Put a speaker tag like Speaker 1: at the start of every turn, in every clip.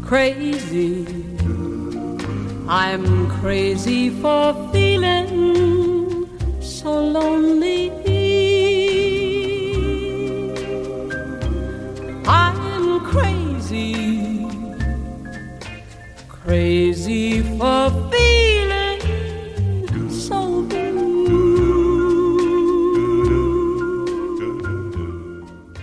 Speaker 1: crazy. I'm crazy for feeling so lonely. I'm crazy, crazy for feeling so blue.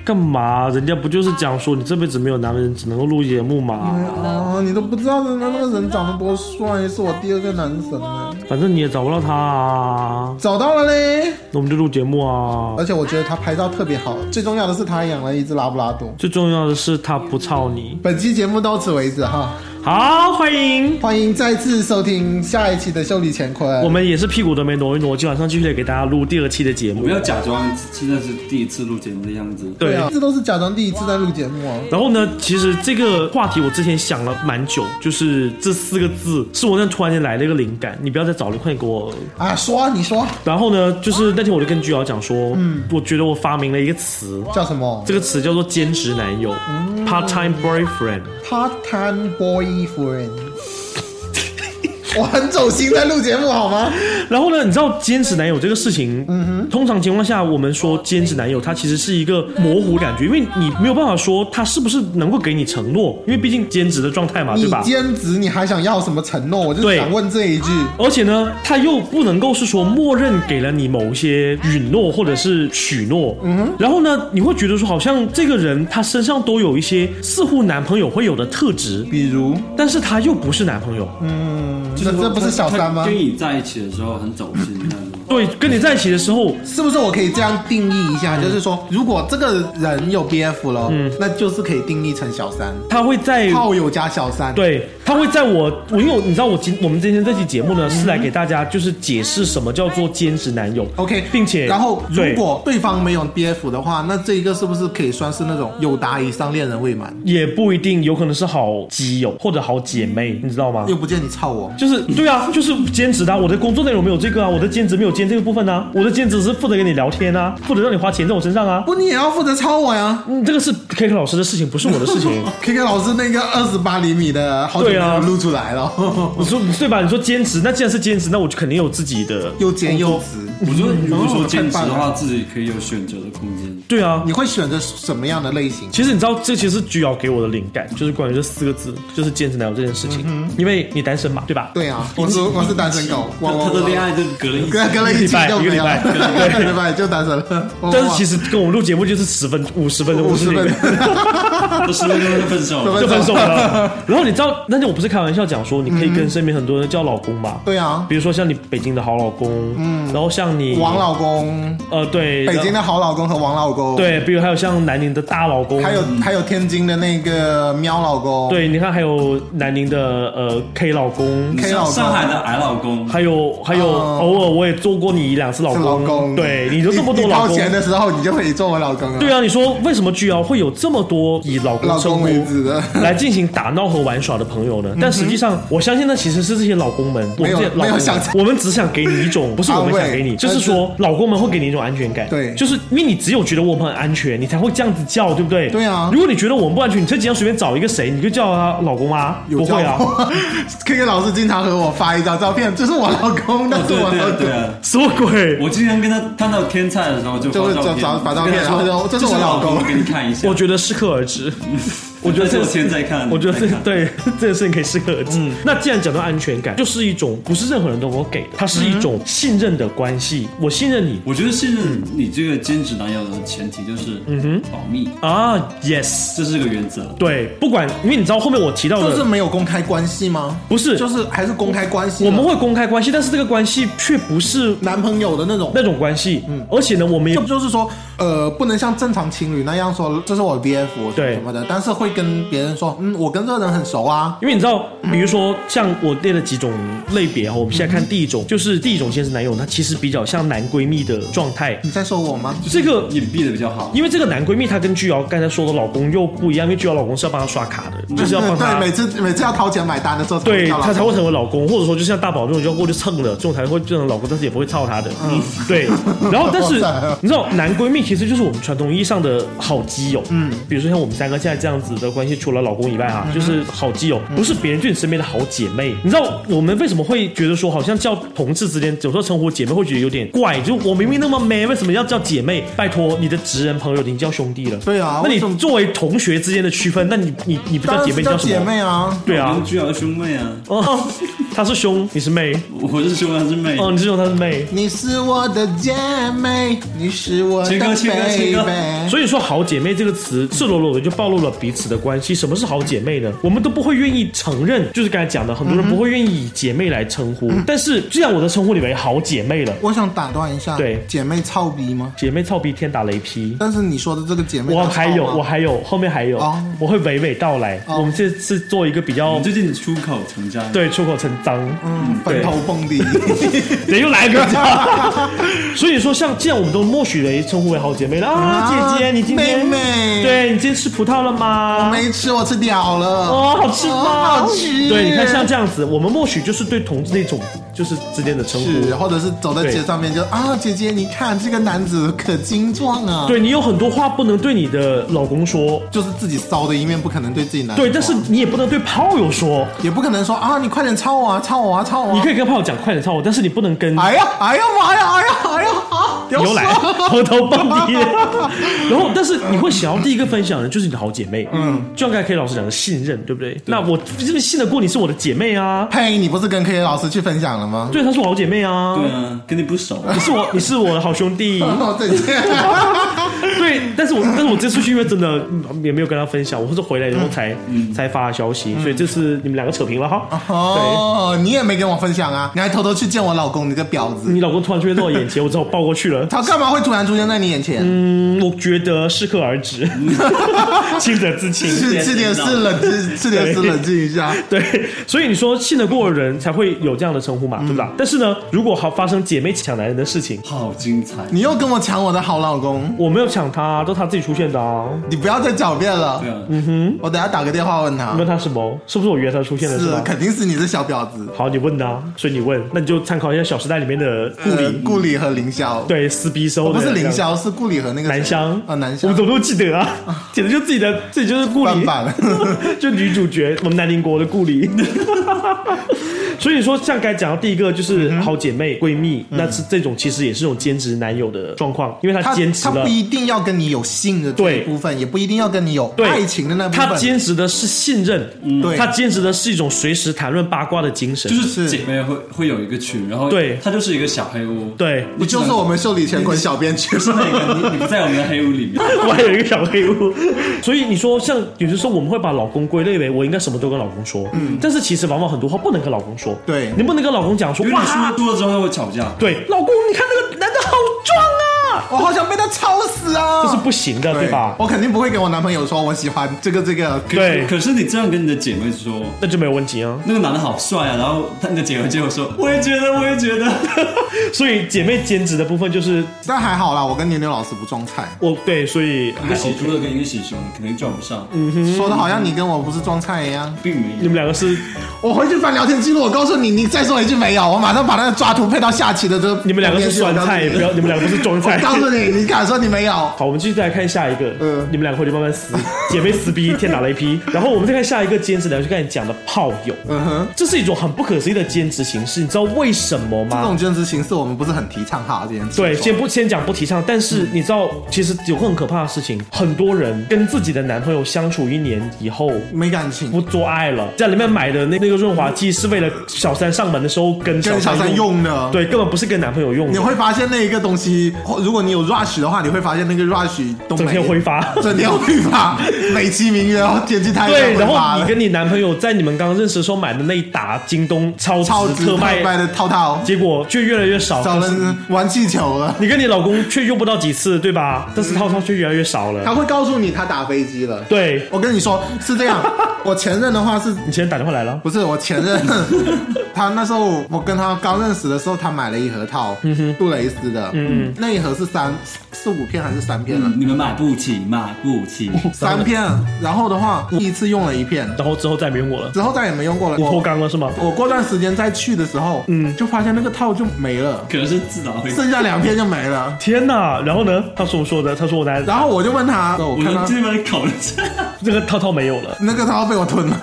Speaker 2: 干嘛？人家不就是讲说你这辈子没有男人，只能够录节目吗？
Speaker 3: 啊，你都不知道人家那个人长得多帅，是我第二个男神呢。
Speaker 2: 反正你也找不到他啊，
Speaker 3: 找到了嘞，
Speaker 2: 那我们就录节目啊
Speaker 3: 而。且我觉得他拍照特别好，最重要的是他养了一只拉布拉多。
Speaker 2: 最重要的是他不操你。
Speaker 3: 本期节目到此为止哈，
Speaker 2: 好，欢迎。
Speaker 3: 欢迎再次收听下一期的《秀里乾坤》。
Speaker 2: 我们也是屁股都没挪一挪，今晚上继续来给大家录第二期的节
Speaker 4: 我
Speaker 2: 目
Speaker 4: 们。要假装现在是第一次录节目的样子。
Speaker 2: 对，
Speaker 3: 啊，这都是假装第一次在录节目啊。
Speaker 2: 然后呢，其实这个话题我之前想了蛮久，就是这四个字是我那突然间来了一个灵感，你不要再找了，快点给我。
Speaker 3: 啊，说啊，你说
Speaker 2: 然后呢，就是那天我就跟居瑶讲说，嗯，我觉得我发明了一个词，
Speaker 3: 叫什么
Speaker 2: 这个词叫做兼职男友、p a r t time boyfriend。
Speaker 3: ？Part-time boyfriend。我很走心在录节目好吗？
Speaker 2: 然后呢，你知道兼职男友这个事情，通常情况下，我们说兼职男友，他其实是一个模糊感觉，因为你没有办法说他是不是能够给你承诺，因为毕竟兼职的状态嘛，对
Speaker 3: 你
Speaker 2: 吧？
Speaker 3: 兼职你还想要什么承诺？我就
Speaker 2: 对
Speaker 3: 想问这一句。
Speaker 2: 而且呢，他又不能够是说默认给了你某些允诺或者是许诺，嗯，然后呢，你会觉得说好像这个人他身上都有一些似乎男朋友会有的特质，
Speaker 3: 比如，
Speaker 2: 但是他又不是男朋友，
Speaker 3: 这这不是小三吗
Speaker 4: 他？跟你在一起的时候很走心那种。
Speaker 2: 对，跟你在一起的时候，
Speaker 3: 是不是我可以这样定义一
Speaker 2: 嗯
Speaker 3: 下？就是说，如果这个人有 BF 了，那就是可以定义成小三，
Speaker 2: 他会在
Speaker 3: 炮友加小三。，
Speaker 2: 对，他会在我我因为我你知道我今我们今天这期节目呢是来给大家就是解释什么叫做兼职男友
Speaker 3: OK，
Speaker 2: 并且
Speaker 3: 然后如
Speaker 2: 对
Speaker 3: 果对方没有 BF 的话，那这一个是不是可以算是那种有达以上恋人未满？
Speaker 2: 也不一定，有可能是好基友或者好姐
Speaker 3: 嗯
Speaker 2: 妹，你知道吗？
Speaker 3: 又不见你操我，
Speaker 2: 就是对啊，就是兼职的啊、我的工作内容没有这个啊，我的兼职没有兼这个部分啊，我的兼职是负责跟你聊天啊，负责让你花钱在我身上啊，
Speaker 3: 不你也要负责操我呀
Speaker 2: 嗯，这个是 K K 老师的事情，不是我的事情。
Speaker 3: ？K K 老师那个二十八厘米的好久没
Speaker 2: 对啊
Speaker 3: 有露出来了，
Speaker 2: 你说对吧？你说兼职，那既然是兼职，那我就肯定有自己的。
Speaker 3: 又尖又直。
Speaker 4: 我觉得如果说
Speaker 3: 哦
Speaker 4: 兼职
Speaker 3: 太
Speaker 4: 的
Speaker 3: 棒
Speaker 4: 话，自己可以有选择的空间。
Speaker 2: 对啊，
Speaker 3: 你会选择什么样的类型？
Speaker 2: 其实你知道，这其实是居瑶给我的灵感，就是关于这四个字，就是兼职男友这件事情。因为你单身嘛，对吧？
Speaker 3: 嗯对啊，我是我是单身狗，我
Speaker 4: 他
Speaker 3: 我
Speaker 4: 他的恋
Speaker 3: 爱
Speaker 4: 爱就隔 了一
Speaker 3: 隔隔了
Speaker 2: 一
Speaker 3: 一
Speaker 2: 个礼
Speaker 3: 期
Speaker 2: 拜
Speaker 3: 就
Speaker 2: 一个
Speaker 3: 没
Speaker 2: 礼
Speaker 3: 有
Speaker 2: 拜
Speaker 3: 了，
Speaker 2: 对
Speaker 3: 一个礼拜就单身了。
Speaker 2: 但是其
Speaker 3: 实
Speaker 2: 实跟我们录节目就是十 分五十分钟，
Speaker 3: 五十
Speaker 2: 50
Speaker 3: 分
Speaker 2: 分钟
Speaker 4: 二十分钟就分手了。
Speaker 2: 就分手 了。然后你知道那天我不是开玩笑讲说，你可以跟身边很多人叫老公嘛，
Speaker 3: 对啊，
Speaker 2: 比如说像你北京的好老公，嗯，然后像你
Speaker 3: 王老公，
Speaker 2: 呃对，
Speaker 3: 北京
Speaker 2: 的
Speaker 3: 的好老公和王老公，，
Speaker 2: 对，比如还有像南宁的大老公，
Speaker 3: 还有还有天津的那个喵老公，，
Speaker 2: 对，你看还有南宁的呃 K 老公。
Speaker 3: K 老
Speaker 4: 上
Speaker 3: 公
Speaker 4: 上海的矮老公，
Speaker 2: 还有还有，
Speaker 3: 嗯哦
Speaker 2: 偶尔我也做过你一两次老
Speaker 3: 是
Speaker 2: 公，
Speaker 3: 老公，
Speaker 2: 对，你就这么多
Speaker 3: 你
Speaker 2: 老
Speaker 3: 掏
Speaker 2: 公，
Speaker 3: 钱的时候你就可以做我老公了，
Speaker 2: 对啊，你说为什么居瑶会有这么多以老公
Speaker 3: 老
Speaker 2: 称
Speaker 3: 公
Speaker 2: 呼
Speaker 3: 为主的。 嗯
Speaker 2: 来进行打闹和玩耍的朋友呢？但实际上，我相信那其实是这些老公们，我
Speaker 3: 没
Speaker 2: 们
Speaker 3: 有
Speaker 2: 这些老
Speaker 3: 没有
Speaker 2: 公
Speaker 3: 想
Speaker 2: 们，我们只想给你一 种，不是我们
Speaker 3: 安慰
Speaker 2: 想给你，就是
Speaker 3: 但是
Speaker 2: 说老公们会给你一种安全感，
Speaker 3: 对
Speaker 2: 就是因为你只有觉得我们很安全，你才会这样子叫，对不对？
Speaker 3: 对啊
Speaker 2: 如果你觉得我们不安全，你在街上随便找一个谁，你就叫他老公啊，
Speaker 3: 有
Speaker 2: 不会啊，
Speaker 3: ，K K 老师经常和我发一张照片，这是我老公，那
Speaker 4: 哦
Speaker 3: 是
Speaker 4: 对
Speaker 3: 我
Speaker 4: 对
Speaker 3: 老
Speaker 4: 啊对
Speaker 3: 公，
Speaker 4: 啊。
Speaker 2: 什么鬼？
Speaker 4: 我今天跟他看到天菜的时候就
Speaker 3: 就
Speaker 4: 发照
Speaker 3: 就找
Speaker 4: 片，
Speaker 3: 把照片
Speaker 4: 就跟他
Speaker 3: 然后
Speaker 4: 说
Speaker 3: 这是
Speaker 4: 是
Speaker 3: 我老公
Speaker 4: 公，给你看一下。
Speaker 2: 我觉得适可而止。我觉得这
Speaker 4: 这
Speaker 2: 个
Speaker 4: 个先再看，
Speaker 2: 我觉得
Speaker 4: 再
Speaker 3: 嗯
Speaker 2: 这
Speaker 4: 看
Speaker 2: 对 这件事情可以适可而止。那既然讲到安全感，就是一种不是任何人都能够给的，它是
Speaker 3: 嗯
Speaker 2: 一种信任的关系。我信任你
Speaker 4: 我觉得信任你这个兼职男友的前提就是，嗯哼，保密，
Speaker 2: 啊，yes，
Speaker 4: 这是个原则。
Speaker 2: 对，不管因为你知道后面我提到的、
Speaker 3: 就是没有公开关系吗？
Speaker 2: 不是，
Speaker 3: 就是还是公开关系，
Speaker 2: 我们会公开关系，但是这个关系却不是
Speaker 3: 男朋友的那种。
Speaker 2: 那种关系，嗯，而且呢，我们也
Speaker 3: 就就是说，呃，不能像正常情侣那样说这是我的 BF
Speaker 2: 对
Speaker 3: 什么的，但是会跟别人说，嗯，我跟这个人很熟啊。
Speaker 2: 因为你知道，比如说像我列了几种类别哈，啊我们现在
Speaker 3: 嗯
Speaker 2: 看第一种，就是第一种先是男友，他其实比较像男闺蜜的状态，
Speaker 3: 你在说我吗？
Speaker 2: 这个
Speaker 4: 隐蔽的比较好。
Speaker 2: 因为这个男闺蜜她跟巨瑶刚才说的老公又不一样，因为巨瑶老公是要帮她刷卡的， 就是要帮
Speaker 3: 对，
Speaker 2: 她。
Speaker 3: 每次每次要掏钱买单的时候，
Speaker 2: 对她才
Speaker 3: 会
Speaker 2: 会成为老公，或者说就像大宝这种就要过去蹭了，这种才会变成老公，但是也不会操她的。嗯，对。然后，但是
Speaker 3: 哇塞
Speaker 2: 你知道，男闺蜜其实就是我们传统意义上的好基友。嗯，比如说像我们三个现在这样子的关系，除了老公以外
Speaker 3: 嗯
Speaker 2: 啊，就是好基友，不是别人，就是你身边的好姐妹。你知道我们为什么会觉得说，好像叫同志之间有时候称呼姐妹会觉得有点怪？就我明明那么 man，为什么要叫姐妹？拜托，你的直人朋友已经叫兄弟了。
Speaker 3: 对啊
Speaker 2: 那你
Speaker 3: 为什么
Speaker 2: 作为同学之间的区分，那你你你不
Speaker 3: 当
Speaker 2: 叫
Speaker 3: 然
Speaker 2: 姐妹，
Speaker 3: 是
Speaker 2: 你
Speaker 3: 叫
Speaker 2: 叫什
Speaker 3: 姐
Speaker 2: 么？
Speaker 3: 妹啊，
Speaker 2: 对啊
Speaker 4: 我们，居儿兄妹啊，
Speaker 2: 哦，他是兄，你是妹。
Speaker 4: 我是兄，他是妹。啊
Speaker 2: 哦，你是兄，他是妹。
Speaker 3: 你是我的姐妹，你是我的
Speaker 4: 切割切割切割
Speaker 3: baby。
Speaker 2: 所以说“好姐妹”这个词赤裸裸的就暴露了彼此的关系。什么是好姐妹呢？我们都不会愿意承认，就是刚才讲的，很多人不会愿意以姐妹来称呼。但是既然我的称呼你为好姐妹了，
Speaker 3: 我想打断一下，
Speaker 2: 对
Speaker 3: 姐妹操逼吗？
Speaker 2: 姐妹操逼天打雷劈。
Speaker 3: 但是你说的这个姐妹，
Speaker 2: 我
Speaker 3: 她操
Speaker 2: 还有，
Speaker 3: 吗
Speaker 2: 我还有，后面还有
Speaker 3: 哦，
Speaker 2: 我会娓娓道来。
Speaker 3: 哦
Speaker 2: 我们这次做一个比
Speaker 4: 我
Speaker 2: 较
Speaker 4: 们最近出口成章，，
Speaker 2: 对出口成章，
Speaker 3: 嗯坟头蹦迪，
Speaker 2: 人又来 一个。所以说，像既然我们都默许为称呼为好姐妹了啊，
Speaker 3: 啊
Speaker 2: 姐姐，你今天
Speaker 3: 妹妹
Speaker 2: 对你今天吃葡萄了吗？
Speaker 3: 没吃我吃屌了，
Speaker 2: 哦，好吃吗？
Speaker 3: 哦好吃
Speaker 2: 对，你看像这样子，我们默许就是对同志那种就是之间的称
Speaker 3: 是，
Speaker 2: 呼。
Speaker 3: 或者是走在街上面就啊，姐姐你看这个男子可精壮啊，，
Speaker 2: 对你有很多话不能对你的老公说，
Speaker 3: 就是自己骚的一面，不可能对自己男，
Speaker 2: 对，但是你也不能对炮友说。
Speaker 3: 也不可能说啊，你快点操我啊，操我啊，操我啊，
Speaker 2: 你可以跟炮友讲快点操我，但是你不能跟
Speaker 3: 哎呀，哎呀妈呀，哎呀，哎呀，啊，屌
Speaker 2: 牛
Speaker 3: 丝
Speaker 2: 奶
Speaker 3: 啊
Speaker 2: 偷偷蹦迪。然后，但是你会想要第一个分享的就是你的好姐妹，嗯，就像刚才 K 老师讲的信任，对不对？那我是不是信得过你是我的姐妹啊？
Speaker 3: 呸，你不是跟 K 老师去分享 了吗？
Speaker 2: 对，她是我好姐妹啊。
Speaker 4: 对啊，跟你不熟，
Speaker 2: 你是我，你是我的好兄 弟。
Speaker 3: 哦，对，
Speaker 2: 对，但是我但是我这次去因为真的嗯也没有跟他分享，我是回来以后才、才发消息，所以这次你们两个扯平了嗯啊哈。
Speaker 3: 哦，你也没跟我分享啊，你还偷偷去见我老公，你个婊
Speaker 2: 对，
Speaker 3: 子，
Speaker 2: 你老公突然出现在我眼前，我只好抱过去 了。
Speaker 3: 他干嘛会突然出现在你眼前？
Speaker 2: 嗯，我觉得适可而 止，清者自清。
Speaker 3: 是吃点是冷静，吃点是冷静一下。
Speaker 2: 对，所以你说信得过的人才会有这样的称呼嘛，对不啦？但是呢，如果好发生姐妹抢男人的事情，
Speaker 4: 好精彩。
Speaker 3: 你又跟我抢我的好老公，
Speaker 2: 我没有抢他，都是他自己出现的啊。
Speaker 3: 你不要再狡辩了
Speaker 4: 对。啊，
Speaker 2: 嗯
Speaker 3: 我等下打个电话问他
Speaker 2: 你。问他什么？是不是我约他出现的？是啊
Speaker 3: 是，
Speaker 2: 吧？
Speaker 3: 肯定是你这小婊子。
Speaker 2: 好，你问的啊，所以你问，那你就参考一下《小时代》里面的顾里
Speaker 3: 呃，顾里和凌霄，
Speaker 2: 对，撕逼收
Speaker 3: 哦，
Speaker 2: 的，
Speaker 3: 不是凌霄，是顾里和那个谁
Speaker 2: 南湘
Speaker 3: 啊，南
Speaker 2: 我
Speaker 3: 湘
Speaker 2: 们。怎么都记得啊？简直就自己的，自己就是顾里，
Speaker 3: 半半
Speaker 2: 就女主角，我们南宁国的顾里。 所以说，像刚才讲到第一个
Speaker 3: 嗯
Speaker 2: 就是好姐妹、闺蜜，那是这种其实也是一种兼职男友的状况，因为她
Speaker 3: 他
Speaker 2: 兼职
Speaker 3: 他
Speaker 2: 了
Speaker 3: 不，一定要跟你有性的这
Speaker 2: 对
Speaker 3: 一部分，也不一定要跟你有
Speaker 2: 对
Speaker 3: 爱情的那部
Speaker 2: 她
Speaker 3: 分。嗯
Speaker 2: 兼职的是信任，
Speaker 3: 对
Speaker 2: 她兼职的是一种随时谈论八卦的精神
Speaker 4: 就是是姐妹会会有一个群，然后
Speaker 2: 对
Speaker 4: 它就是一个小黑屋，
Speaker 2: 对，
Speaker 3: 不就是我们秀里乾坤小编 去
Speaker 4: 不是那个你你不在我们的黑屋里面，
Speaker 2: 我还有一个小黑屋，所以你说像有些时候我们会把老公归类为我应该什么都跟老公说，嗯，但是其实往往很多话不能跟老公说，
Speaker 3: 对
Speaker 2: 你不能跟老公讲说
Speaker 4: 因为
Speaker 2: 哇
Speaker 4: 你，说多了之后会吵架。
Speaker 2: 对，老公你看那个男的好壮啊，
Speaker 3: 我好想被他操死啊！
Speaker 2: 这是不行的，嗯对哦吧？
Speaker 3: 我肯定不会跟我男朋友说我喜欢这个这个。
Speaker 2: 对，
Speaker 4: 可是你这样跟你的姐妹说，
Speaker 2: 那就没有问题啊。
Speaker 4: 那个男的好帅啊，然后他你的姐妹就会说，我也觉得，我也 觉得，
Speaker 2: 所以姐妹兼职的部分就是
Speaker 3: 但还好啦，我跟牛牛老师不撞菜，
Speaker 2: 我对，所以
Speaker 4: 一
Speaker 2: 还
Speaker 4: 个洗
Speaker 2: OK。
Speaker 4: 猪的跟一个洗熊肯定撞不上，
Speaker 2: 嗯
Speaker 3: 说的好像你跟我不是撞菜一样。
Speaker 4: 并没
Speaker 2: 你
Speaker 4: 有。
Speaker 2: 们两个是
Speaker 3: 我回去翻聊天记录，我告诉你，你再说一句没有，我马上把那个抓图配到下期的这个。
Speaker 2: 你们两个是酸菜，哦不要你们两个不是装菜
Speaker 3: 我。告诉你，你敢说你没有？
Speaker 2: 好，我们继续再来看下一个。嗯
Speaker 3: 嗯，
Speaker 2: 你们两个回去慢慢撕，姐妹撕逼，天打雷劈。然后我们再看下一个兼职，聊就刚才讲的炮友。
Speaker 3: 嗯哼，
Speaker 2: 这是一种很不可思议的兼职形式，你知道为什么
Speaker 3: 这
Speaker 2: 吗
Speaker 3: 种？兼职形式我们不是很提倡哈，这件事。
Speaker 2: 对，先不先讲不提倡，但是你知道，其实有个很可怕的事情，很多人跟自己的男朋友相处一年以后
Speaker 3: 没感情，
Speaker 2: 不做爱了，在里面买的那那个润滑剂是为了小三上门的时候跟
Speaker 3: 跟小
Speaker 2: 三
Speaker 3: 三用的。。
Speaker 2: 对，根本不是跟男朋友用
Speaker 3: 你
Speaker 2: 的，
Speaker 3: 会发现那一个东西，如果你有 rush 的话，你会发现那个 rush 都
Speaker 2: 整
Speaker 3: 没
Speaker 2: 天 挥 发。
Speaker 3: 整天挥发，美其名曰哦天气太热
Speaker 2: 对，
Speaker 3: 挥
Speaker 2: 然
Speaker 3: 发
Speaker 2: 后你
Speaker 3: 了。
Speaker 2: 跟你男朋友在你们刚认识的时候买的那一打京东超
Speaker 3: 超
Speaker 2: 值
Speaker 3: 值
Speaker 2: 特
Speaker 3: 特
Speaker 2: 卖，
Speaker 3: 卖的套 套，
Speaker 2: 结果却越来越少，
Speaker 3: 找人玩气球了。
Speaker 2: 你跟你老公却用不到几次，对吧？但是套套却越来越少了。
Speaker 3: 他会告诉你他打飞机了。
Speaker 2: 对，
Speaker 3: 我跟你说是这 样，我前任的话是
Speaker 2: 你前天打电话来了。
Speaker 3: 不是我前 任？他那时候我跟他刚认识的时候，他买了一盒套，杜蕾斯的，嗯，那一盒是三是五片还是三片啊？
Speaker 2: 嗯
Speaker 4: 你们买不起，买不起，
Speaker 3: 三片，然后的话一次用了一片，
Speaker 2: 然后之后再没用过了，
Speaker 3: 之后再也没用过了。
Speaker 2: 你脱
Speaker 3: 我
Speaker 2: 肛了是吗？
Speaker 3: 我过段时间再去的时候，
Speaker 2: 嗯
Speaker 3: 就发现那个套就没了，
Speaker 4: 可能是自打回。
Speaker 3: 剩下两片就没了。
Speaker 2: 天哪！然后呢？他说我说的，他说我拿
Speaker 3: 然后我就问他，我
Speaker 4: 我
Speaker 3: 看
Speaker 4: 能
Speaker 3: 到
Speaker 4: 基本考了一下，
Speaker 2: 这个套套没有了。
Speaker 3: 那个套被我吞了。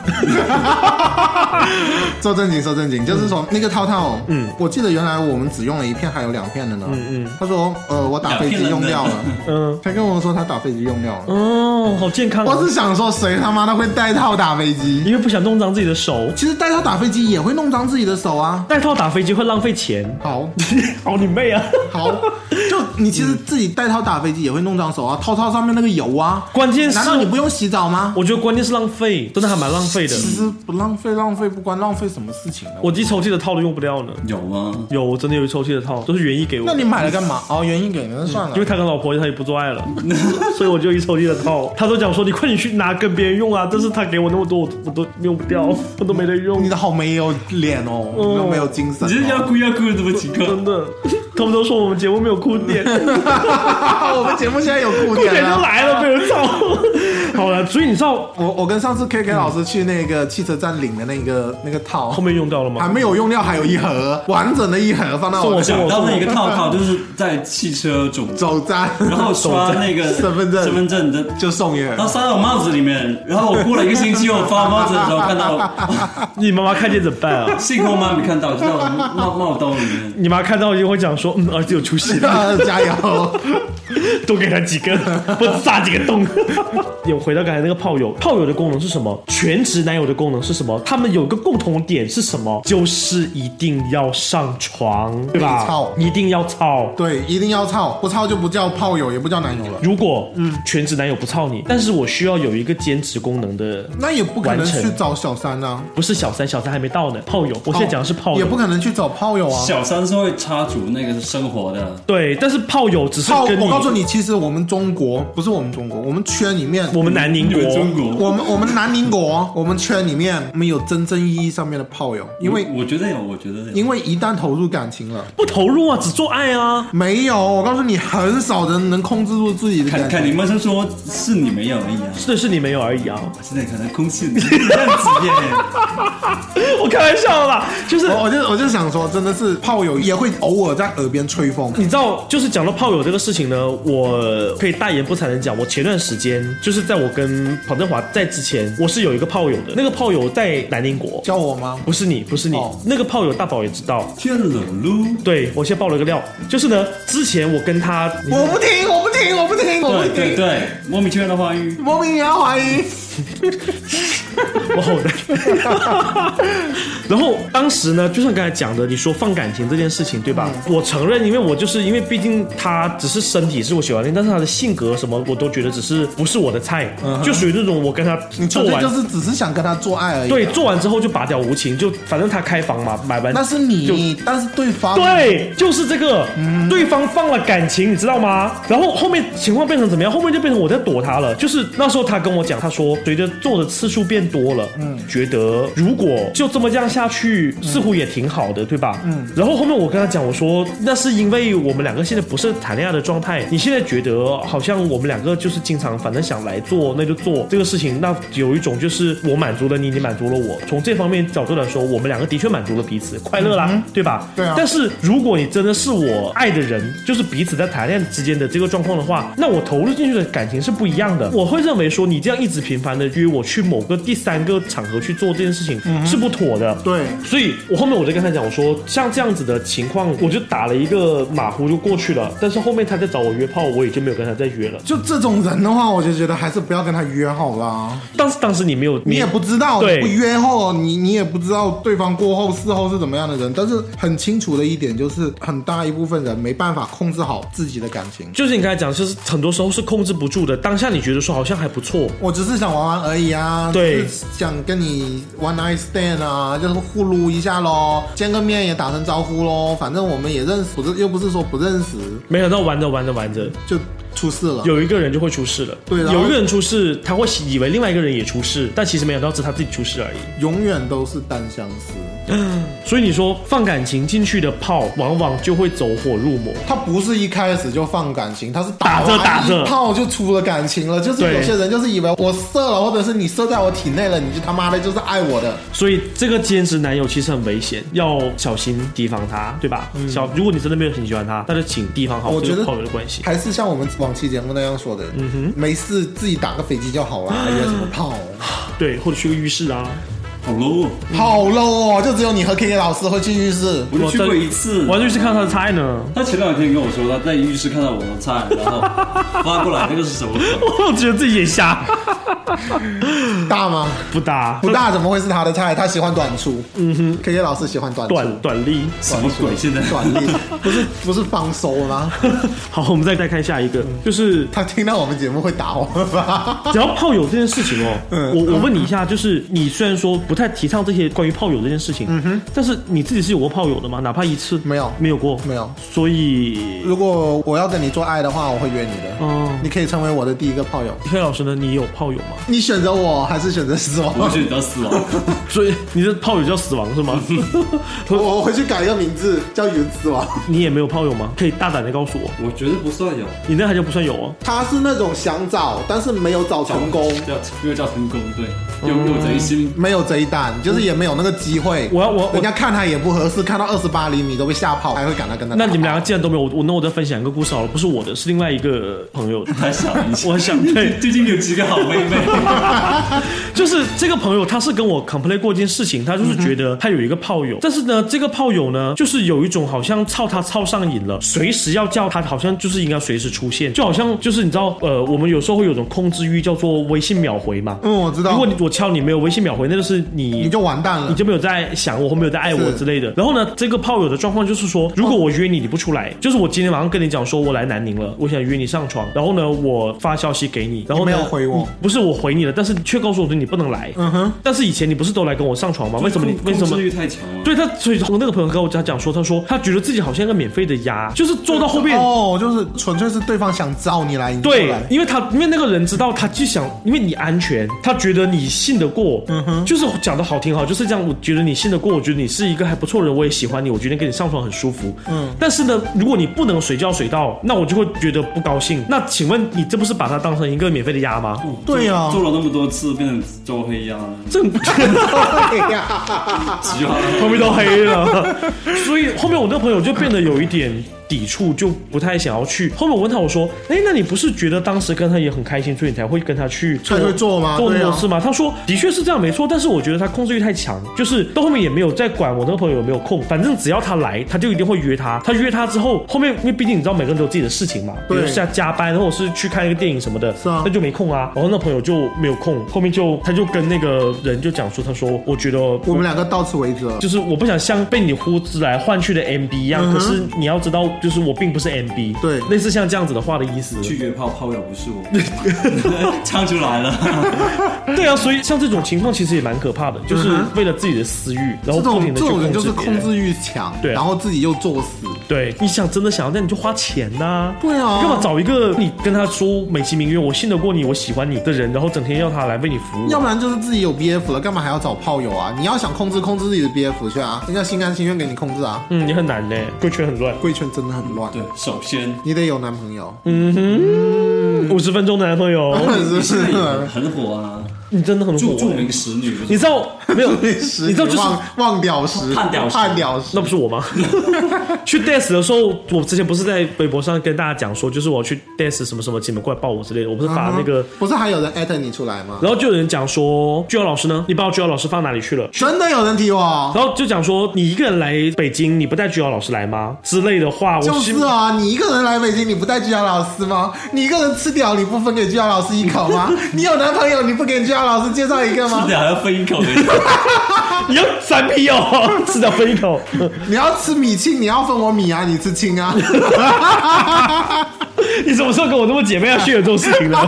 Speaker 3: 说正经，说正经，就是说那个套套，
Speaker 2: 嗯
Speaker 3: 我记得原来我们只用了一片，还有两片的呢。
Speaker 2: 嗯嗯，
Speaker 3: 他说，呃，我打飞机用掉了
Speaker 4: 两片，
Speaker 2: 嗯，
Speaker 3: 他跟我说他打飞机用掉了。
Speaker 2: 哦，好健康、啊。
Speaker 3: 我是想说，谁他妈的会带套打飞机？
Speaker 2: 因为不想弄脏自己的手，
Speaker 3: 其实带套打飞机也会弄脏自己的手啊。
Speaker 2: 带套打飞机会浪费 钱。
Speaker 3: 好，哦
Speaker 2: 好你妹啊！
Speaker 3: 好，就你其实自己带套打飞机也会弄脏手啊，套套上面那个油啊。
Speaker 2: 关键是
Speaker 3: 难，道你不用洗澡吗？
Speaker 2: 我觉得关键是浪费，真的还蛮浪费的。
Speaker 3: 其实不浪费，浪费不关浪费什么事情呢？
Speaker 2: 我一抽屉的套都用不掉呢，
Speaker 4: 有吗？
Speaker 2: 有我真的有一抽屉的套，都是园艺给我
Speaker 3: 那
Speaker 2: 的。
Speaker 3: 你买了干嘛？哦，原因给了，那算了
Speaker 2: 因为。他跟老婆他也不做爱 了，所以我就一抽屉的套。他都讲说你快点去拿跟别人用啊，但是他给我那么多，我我都用不 掉，我都没得用
Speaker 3: 你，的好没有脸哦，
Speaker 2: 嗯
Speaker 3: 都没有精神
Speaker 4: 你这
Speaker 3: 哦。
Speaker 4: 要哭要哭的什么情况？
Speaker 2: 真的。他们都说我们节目没有哭 点，
Speaker 3: 我们节目现在有酷
Speaker 2: 哭点
Speaker 3: 点啊
Speaker 2: 就
Speaker 3: 了。
Speaker 2: 来了，被人操。 好了，所以你知道
Speaker 3: 我我跟上次 K K 老师去那个汽车站领的那个那个套，
Speaker 2: 后面用掉了
Speaker 3: 还
Speaker 2: 吗？
Speaker 3: 没有用掉，还有一盒完整的一盒放到
Speaker 2: 送
Speaker 3: 我
Speaker 2: 我
Speaker 3: 的
Speaker 2: 送
Speaker 4: 想
Speaker 2: 我
Speaker 4: 到那一个套套，就是在汽车总，
Speaker 3: 走站，
Speaker 4: 然后刷那个
Speaker 3: 身份证
Speaker 4: 身份证的，
Speaker 3: 就送一盒
Speaker 4: 然。后塞到我帽子里面，然后我过了一个星期，我发帽子的时候看到，哇
Speaker 2: 你妈妈看见怎么办啊？
Speaker 4: 幸好妈没看到，就在我帽帽兜里面。
Speaker 2: 你妈看到就会讲说，嗯，儿子有出息 了，
Speaker 3: 啊 加油！
Speaker 2: 多给他几 个，不炸几个洞。 有回到刚才那个炮友，炮友的功能是什么？全职男友的功能是什么？他们有个共同点是什么？就是一定要上床，对
Speaker 3: 没
Speaker 2: 吧
Speaker 3: 操？
Speaker 2: 一定要操。
Speaker 3: 对，一定要操，不操就不叫炮友，也不叫男友了。
Speaker 2: 如果
Speaker 3: 嗯
Speaker 2: 全职男友不操你，但是我需要有一个兼职功能的，
Speaker 3: 那也不可能
Speaker 2: 完成
Speaker 3: 去找小三啊，哦
Speaker 2: 不是小三，小三还没到呢。炮友，我现在讲的是炮
Speaker 3: 也
Speaker 2: 友
Speaker 3: 不。可能去找炮友啊。
Speaker 4: 小三是会插足那个生活的，
Speaker 2: 对，但是炮友只是
Speaker 3: 炮，
Speaker 2: 跟
Speaker 3: 我告诉你，其实我们中国不是我们中国，我们圈里面，
Speaker 2: 我们南宁
Speaker 4: 你
Speaker 2: 国
Speaker 4: 们中国，
Speaker 3: 我们我们南宁国，啊我们圈里面没有真正意义上面的炮友，因为
Speaker 4: 我我觉得有，我觉得有。
Speaker 3: 因为一旦投入感情了，
Speaker 2: 不投入啊，只做爱啊。
Speaker 3: 没有，我告诉你，很少人能控制住自己的
Speaker 4: 看
Speaker 3: 感
Speaker 4: 看
Speaker 3: 情。
Speaker 4: 你们是说是你没有而已啊，
Speaker 2: 是的是你没有而已啊，
Speaker 4: 现在可能空气这样子耶，
Speaker 2: 我开玩笑的啦，就是
Speaker 3: 我我就我就想说，真的是炮友也会偶尔在耳边吹风。
Speaker 2: 你知道，就是讲到炮友这个事情呢，我可以大言不惭的讲，我前段时间就是在我跟庞振华在之前，我是有一个炮友的，那个炮友在南宁国，
Speaker 3: 教我吗？
Speaker 2: 不是你，不是你，
Speaker 3: 哦
Speaker 2: 那个炮友大宝也知道。
Speaker 4: 天冷噜。
Speaker 2: 对，我先爆了个料，就是呢，之前我跟他，
Speaker 3: 我不听，我不听，我不听，我
Speaker 4: 对
Speaker 3: 不
Speaker 4: 对
Speaker 3: 听。
Speaker 4: 对，莫名其妙的话语，
Speaker 3: 莫名也要怀疑，
Speaker 2: 我好难。 然后当时呢，就像刚才讲的，你说放感情这件事情，对吧？
Speaker 3: 嗯
Speaker 2: 我承认，因为我就是因为毕竟他只是身体是我喜欢的，但是他的性格什么，我都觉得只是不是我的菜，就属于那种我跟他
Speaker 3: 嗯你
Speaker 2: 做
Speaker 3: 纯粹
Speaker 2: 完
Speaker 3: 就是只是想跟他做爱而已。
Speaker 2: 对，，做完之后就拔掉无情，就反正他开房嘛，买完
Speaker 3: 那是你，但是对方嗯
Speaker 2: 对，就是这个，对方放了感情，你知道吗？然后后面情况变成怎么样？后面就变成我在躲他了。就是那时候他跟我讲，他说随着做的次数变多了，嗯，觉得如果就这么这样下去，似乎也挺好的，对吧？嗯。然后后面我跟他讲，我说那是因为我们两个现在不是谈恋爱的状态，你现在觉得好像我们两个就是经常反正想来做那就做这个事情，那有一种就是我满足了你，你满足了我。从这方面角度来说，我们两个的确满足了彼此，快乐啦，对吧？
Speaker 3: 对啊
Speaker 2: 但是如果你真的是我爱的人，就是彼此在谈恋爱之间的这个状况的话，那我投入进去的感情是不一样的。我会认为说你这样一直频繁的约我去某个第三个场合去做这件事情、
Speaker 3: 嗯
Speaker 2: 是不妥的。
Speaker 3: 对，
Speaker 2: 所以我后面我就跟他讲，我说像这样子的情况，我就打了一个马虎就过去了。但是后面他再找我约炮，我也就没有跟他再约了。
Speaker 3: 就这种人的话，我就觉得还是不要跟他约好啦。
Speaker 2: 当时当时你没有，
Speaker 3: 你也不知道，
Speaker 2: 对
Speaker 3: 你不约后，你你也不知道对方过后事后是怎么样的人。但是很清楚的一点就是，很大一部分人没办法控制好自己的感情。
Speaker 2: 就是你刚才讲，就是很多时候是控制不住的。当下你觉得说好像还不错，
Speaker 3: 我只是想玩玩而已啊，
Speaker 2: 对
Speaker 3: 就是想跟你 one night stand 啊，就是互撸一下喽，见个面也打声招呼喽，反正我们也认识，不是又不是说不认识，
Speaker 2: 没想到玩着玩着玩着
Speaker 3: 就出事了，
Speaker 2: 有一个人就会出事了。
Speaker 3: 对然后
Speaker 2: 有一个人出事，他会以为另外一个人也出事，但其实没想到只是他自己出事而已。
Speaker 3: 永远都是单相思。
Speaker 2: 所以你说放感情进去的炮，往往就会走火入魔。
Speaker 3: 他不是一开始就放感情，他是
Speaker 2: 打着
Speaker 3: 完
Speaker 2: 打着
Speaker 3: 一炮就出了感情了。就是
Speaker 2: 对
Speaker 3: 有些人就是以为我射了，或者是你射在我体内了，你就他妈的就是爱我的。
Speaker 2: 所以这个兼职男友其实很危险，要小心提防他，对吧？小，如果你真的没有很喜欢他，那就请提防好
Speaker 3: 嗯我
Speaker 2: 这
Speaker 3: 觉
Speaker 2: 个
Speaker 3: 得
Speaker 2: 炮友的关系。
Speaker 3: 还是像我们往期节目那样说的，
Speaker 2: 嗯
Speaker 3: 没事自己打个飞机就好了， 还约什么炮？
Speaker 2: 对，或者去个浴室啊。
Speaker 4: 好 low，
Speaker 3: 好 low 哦，就只有你和 K K 老师会去浴室。
Speaker 4: 我就去过一次
Speaker 3: 嗯
Speaker 2: 我。还去浴室看他的菜呢。
Speaker 4: 他前两天跟我说，他在浴室看到我的菜，然后发过来那个是什么梗？
Speaker 2: 我觉得自己也瞎，
Speaker 3: 大吗？
Speaker 2: 不搭，
Speaker 3: 不大怎么会是他的菜？他喜欢短粗。嗯哼，K K 老师喜欢短 粗。
Speaker 2: 短短力。
Speaker 4: 什么鬼？现在
Speaker 3: 短力，不是不是方收吗？
Speaker 2: 好，我们再再看下一个，
Speaker 3: 嗯
Speaker 2: 就是
Speaker 3: 他听到我们节目会打我们吧？
Speaker 2: 只要炮友这件事情哦，
Speaker 3: 嗯
Speaker 2: 我我问你一下，就是你虽然说不太提倡这些关于炮友这件事情，但是你自己是有过炮友的吗？哪怕一次？
Speaker 3: 嗯没有
Speaker 2: 没有过，
Speaker 3: 没有
Speaker 2: 所以，
Speaker 3: 如果我要跟你做爱的话，我会约你的。
Speaker 2: 哦
Speaker 3: 你可以成为我的第一个炮友。
Speaker 2: 黑老师呢，你有炮友 吗？
Speaker 3: 你选择我还是选择死亡？
Speaker 4: 我选择死亡。
Speaker 2: 所以你的炮友叫死亡是吗？
Speaker 3: 我我回去改一个名字，叫云死亡。
Speaker 2: 你也没有炮友吗？可以大胆的告诉我，
Speaker 4: 我觉得不算有，
Speaker 2: 你那还叫不算有 哦。
Speaker 3: 他是那种想找，但是没有找成功，
Speaker 4: 叫又叫成功，对，
Speaker 2: 嗯
Speaker 4: 又有贼心。
Speaker 3: 没有这一单，就是也没有那个机会。
Speaker 2: 我要我我
Speaker 3: 人家看他也不合适，看到二十八厘米都被吓跑，还会赶他跟他打。
Speaker 2: 那你们两个既然都没有，我我那我再分享一个故事好了，不是我的，是另外一个朋友的。
Speaker 4: 还想一下，
Speaker 2: 我想对啊
Speaker 4: 最近有几个好妹 妹，
Speaker 2: 就是这个朋友，他是跟我 complain 过一件事情，他就是觉
Speaker 3: 嗯
Speaker 2: 得他有一个炮友，但是呢，这个炮友呢，就是有一种好像操他操上瘾了，随时要叫他，好像就是应该随时出现，就好像就是你知道，呃，我们有时候会有种控制欲，叫做微信秒回嘛。
Speaker 3: 嗯，我知道。
Speaker 2: 如果你我敲你没有微信秒回，那就是你
Speaker 3: 你就完蛋了
Speaker 2: 你。就没有在想我，或没有在爱我
Speaker 3: 是
Speaker 2: 之类的。然后呢，这个炮友的状况就是说，如果我约你，你不出来，就是我今天晚上跟你讲说我来南宁了，我想约你上床，然后呢，我发消息给你，然后呢
Speaker 3: 你没有回我
Speaker 2: 你不是我回你了，但是你却告诉我说你不能来。嗯哼，但是以前你不是都来跟我上床吗？为什么 你为什
Speaker 4: 控
Speaker 2: 么
Speaker 4: 制？欲太强了？
Speaker 2: 对他，所以我那个朋友跟我讲讲说，他说他觉得自己好像一个免费的鸭，就是做到后面。
Speaker 3: 哦，就是纯粹是对方想找你来，你就
Speaker 2: 对
Speaker 3: 来，。
Speaker 2: 因为他因为那个人知道，他就想，因为你安全，他觉得你信得过，嗯哼，就是讲的好听哈，就是这样。我觉得你信得过，我觉得你是一个还不错的人，我也喜欢你，我觉得跟你上床很舒服，嗯。但是呢，如果你不能随叫随到，那我就会觉得不高兴。那请问你这不是把他当成一个免费的鸭吗？
Speaker 4: 哦
Speaker 3: 对
Speaker 2: 啊
Speaker 3: 呀
Speaker 4: 做做了那么多次，变成周黑鸭了，
Speaker 2: 这
Speaker 3: 对呀，
Speaker 4: 急了。
Speaker 2: 后面都黑了，所以后面我那个朋友就变得有一点抵触，就不太想要去。后面我问他，我说：“哎，那你不是觉得当时跟他也很开心，所以你才会跟他去
Speaker 3: 才会做吗
Speaker 2: 做那么
Speaker 3: 对
Speaker 2: 多
Speaker 3: 啊
Speaker 2: 事吗？”他说：“的确是这样，没错。但是我觉得他控制欲太强，就是到后面也没有再管我那个朋友有没有空，反正只要他来，他就一定会约 他。他约他之后，后面因为毕竟你知道每个人都有自己的事情嘛，比
Speaker 3: 对
Speaker 2: 如像加班或者是去看一个电影什么的，
Speaker 3: 是啊
Speaker 2: 那就没空啊。然后那朋友就没有空，后面就他就跟那个人就讲说，他说我觉得
Speaker 3: 我们两个到此为止了。
Speaker 2: 就是我不想像被你呼之来唤去的 MB 一样，可是你要知道，就是我并不是 MB，
Speaker 3: 嗯对
Speaker 2: 类似像这样子的话的意思。
Speaker 4: 去约炮炮友不是 我， 唱出来了。
Speaker 2: 对啊，所以像这种情况其实也蛮可怕的，就是为了自己的私欲，然后不
Speaker 3: 嗯这种
Speaker 2: 停的
Speaker 3: 这
Speaker 2: 去
Speaker 3: 种人就是
Speaker 2: 控制别
Speaker 3: 控
Speaker 2: 人。
Speaker 3: 制欲强，
Speaker 2: 对
Speaker 3: 然后自己又作死。
Speaker 2: 对，你想真的想要，那你就花钱呐、
Speaker 3: 对啊
Speaker 2: 你干嘛找一个你跟他说美其名曰我信得过你，我喜欢你的人，然后整天要他来为你服务？
Speaker 3: 要不然就是自己有 BF 了，干嘛还要找炮友啊？你要想控制控制自己的 BF 去啊，人家心甘情愿给你控制啊。
Speaker 2: 嗯，也很难嘞，规圈很乱。
Speaker 3: 贵圈真的很乱，
Speaker 4: 对，首 先
Speaker 3: 你得有男朋友，嗯
Speaker 2: 五十分钟的男朋 友，
Speaker 3: 是不
Speaker 4: 现在
Speaker 3: 是
Speaker 4: 也？很很火啊，
Speaker 2: 你真的很火
Speaker 4: 著。著名使 女，
Speaker 2: 你知道没 有？
Speaker 3: 你知
Speaker 2: 你知道就是
Speaker 3: 忘忘屌石，
Speaker 4: 判屌石
Speaker 3: 判屌石
Speaker 2: 那不是我吗？ 去 dance 的时候，我之前不是在微博上跟大家讲说，就是我去 dance 什么什么，你们过来抱我之类的，我不是发那个。
Speaker 3: 嗯不是还有人艾特你出来吗？
Speaker 2: 然后就有人讲说，居瑶老师呢？你把我居瑶老师放哪里去了？
Speaker 3: 真的有人提我，
Speaker 2: 然后就讲说，你一个人来北京，你不带居瑶老师来吗？之类的话，我
Speaker 3: 就是 啊，你一个人来北京，你不带居瑶老师吗？你一个人吃屌，你不分给居瑶老师一口吗？你有男朋友，你不给居瑶老师介绍一个吗
Speaker 4: 吃？的还要分一口的，
Speaker 2: 你要三 P 哦， 吃掉分一口。
Speaker 3: 你要吃米庆，你要分我米啊，你吃青啊。
Speaker 2: 你什么时候跟我那么姐妹要 share 这种事情呢？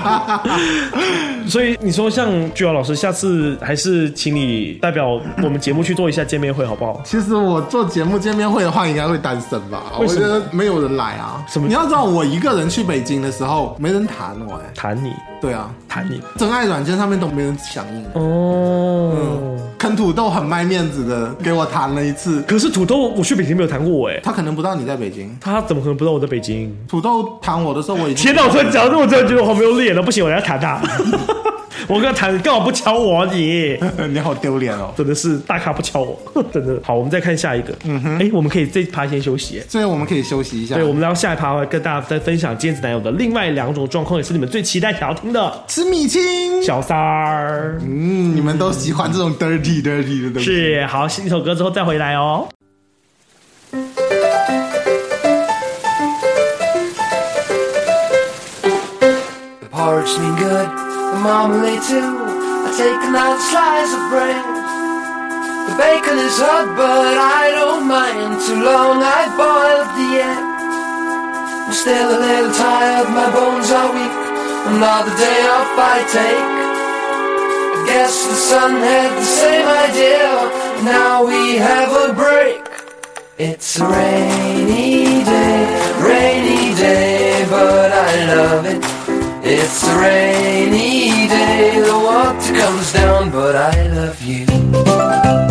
Speaker 2: 所以你说像居瑶老师，下次还是请你代表我们节目去做一下见面会，好不好？
Speaker 3: 其实我做节目见面会的话，应该会单身吧？我
Speaker 2: 什
Speaker 3: 觉
Speaker 2: 么
Speaker 3: 得没有人来啊。
Speaker 2: 什么
Speaker 3: 你要知道，我一个人去北京的时候，没人谈我、哎，
Speaker 2: 谈你，
Speaker 3: 对啊，
Speaker 2: 谈你
Speaker 3: 真爱软件上面都没人响应。
Speaker 2: 哦。
Speaker 3: 啃土豆很卖面子的，给我谈了一次。
Speaker 2: 可是土豆，我去北京没有谈过哎、
Speaker 3: 他可能不知道你在北京。
Speaker 2: 他怎么可能不知道我在北京？
Speaker 3: 土豆谈我的时候，我已经
Speaker 2: 天哪！我突然讲到这，我真的觉得我好没有脸了，不行，我要谈他。 我跟他谈，干嘛不敲我啊 你？
Speaker 3: 你好丢脸哦。
Speaker 2: 真的是大咖不敲我， 真的。好，我们再看下一个。嗯哼，哎，我们可以这一趴先休息。
Speaker 3: 所以我们可以休息一下。
Speaker 2: 对，我们到下一趴会跟大家再分享兼职男友的另外两种状况，也是你们最期待想要听的
Speaker 3: 吃米青。
Speaker 2: 小三儿。
Speaker 3: 嗯，你们都喜欢这种 dirty dirty 的东西。
Speaker 2: 是，好，先一首歌之后再回来哦。
Speaker 5: The porridge been good, the marmalade too. I take a nice slice of bread. The bacon is hot, but I don't mind. Too long I boiled the egg. I'm still a little tired, my bones are weak. Another day off I take. I guess the sun had the same idea. Now we have a break. It's a rainy day, rainy day, but I love it. It's a rainy day, the water comes down, but I love you.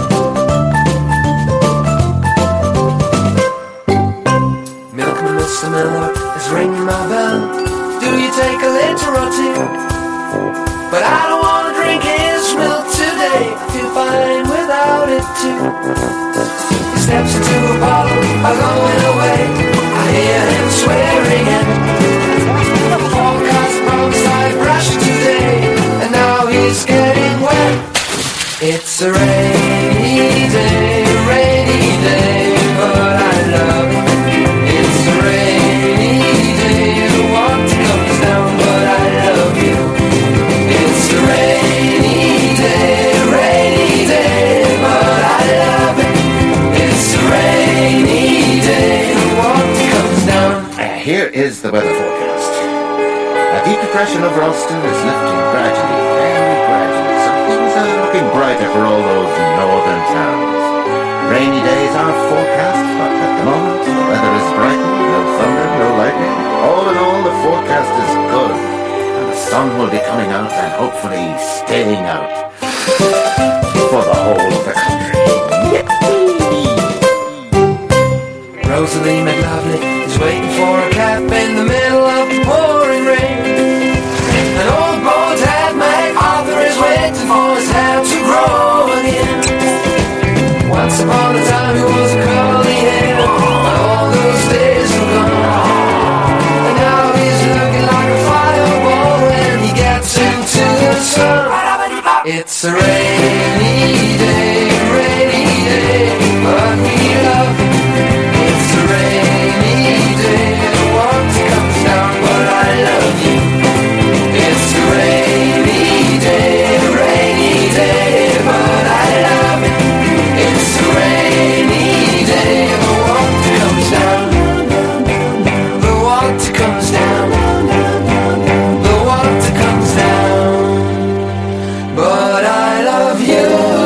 Speaker 5: Milkman, Mr. Miller is ringing my bell. Do you take a liter or two? But I don't wanna drink his milk today. I feel fine without it too. He steps into a bottle by going away. I hear him swearing and forecast promised I brush today, and now he's getting wet. It's a rainy day, rainy day, but I love it. It's a rainy day, the water comes down, but I love you. It's a rainy day, rainy day, but I love it. It's a rainy day, the water comes down.
Speaker 6: And here is the weather forecast. A deep depression over Ulster is lifting gradually, very gradually, so things are looking brighter for all those northern towns. Rainy days are forecast, but at the moment the weather is bright, no thunder, no lightning. All in all, the forecast is good, and the sun will be coming out and hopefully staying out for the whole of the country.
Speaker 5: Rosalie McLovely is waiting for a cab in the middle of the pouring rain. An old bald head MacArthur is waiting for his hair to grow again. Once upon a time he was a curly head, but all those days are gone. And now he's looking like a fireball when he gets into the sun. It's a rainy day, rainy day, but we love it. It's a rainy day, the water comes down, but I love you. It's a rainy day, rainy day, but I love it. It's a rainy day, the water comes down. The water comes down. The water comes down. But I love you.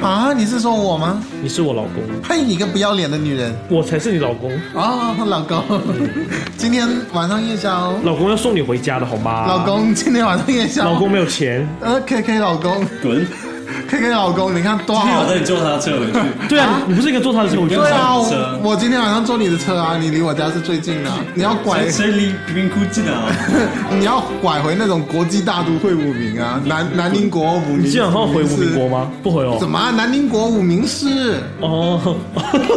Speaker 3: 啊，你是说我吗？
Speaker 2: 你是我老公，
Speaker 3: 呸！你个不要脸的女人
Speaker 2: 我才是你老公，
Speaker 3: 啊、老公， 今天晚上夜宵，
Speaker 2: 老公要送你回家的好吗？
Speaker 3: 老，公，今天晚上夜宵，
Speaker 2: 老公没有钱。
Speaker 3: 呃，K K 老公
Speaker 4: 滚！
Speaker 3: ，K K 老公，你看多
Speaker 4: 没
Speaker 3: 好
Speaker 4: 有，带啊你坐他的车回去，
Speaker 2: 对啊，你你不是应该坐他的车回去吗？
Speaker 3: 对啊，
Speaker 4: 上车
Speaker 3: 我我今天晚上坐你的车啊，你离我家是最近的啊、你要拐
Speaker 4: 谁，谁离贫民窟近 啊？
Speaker 3: 你要拐回那种国际大都会五名啊，南南宁国五名，
Speaker 2: 你今晚上回五民国吗？不回哦。
Speaker 3: 怎么啊？南宁国五名市，
Speaker 2: 哦，？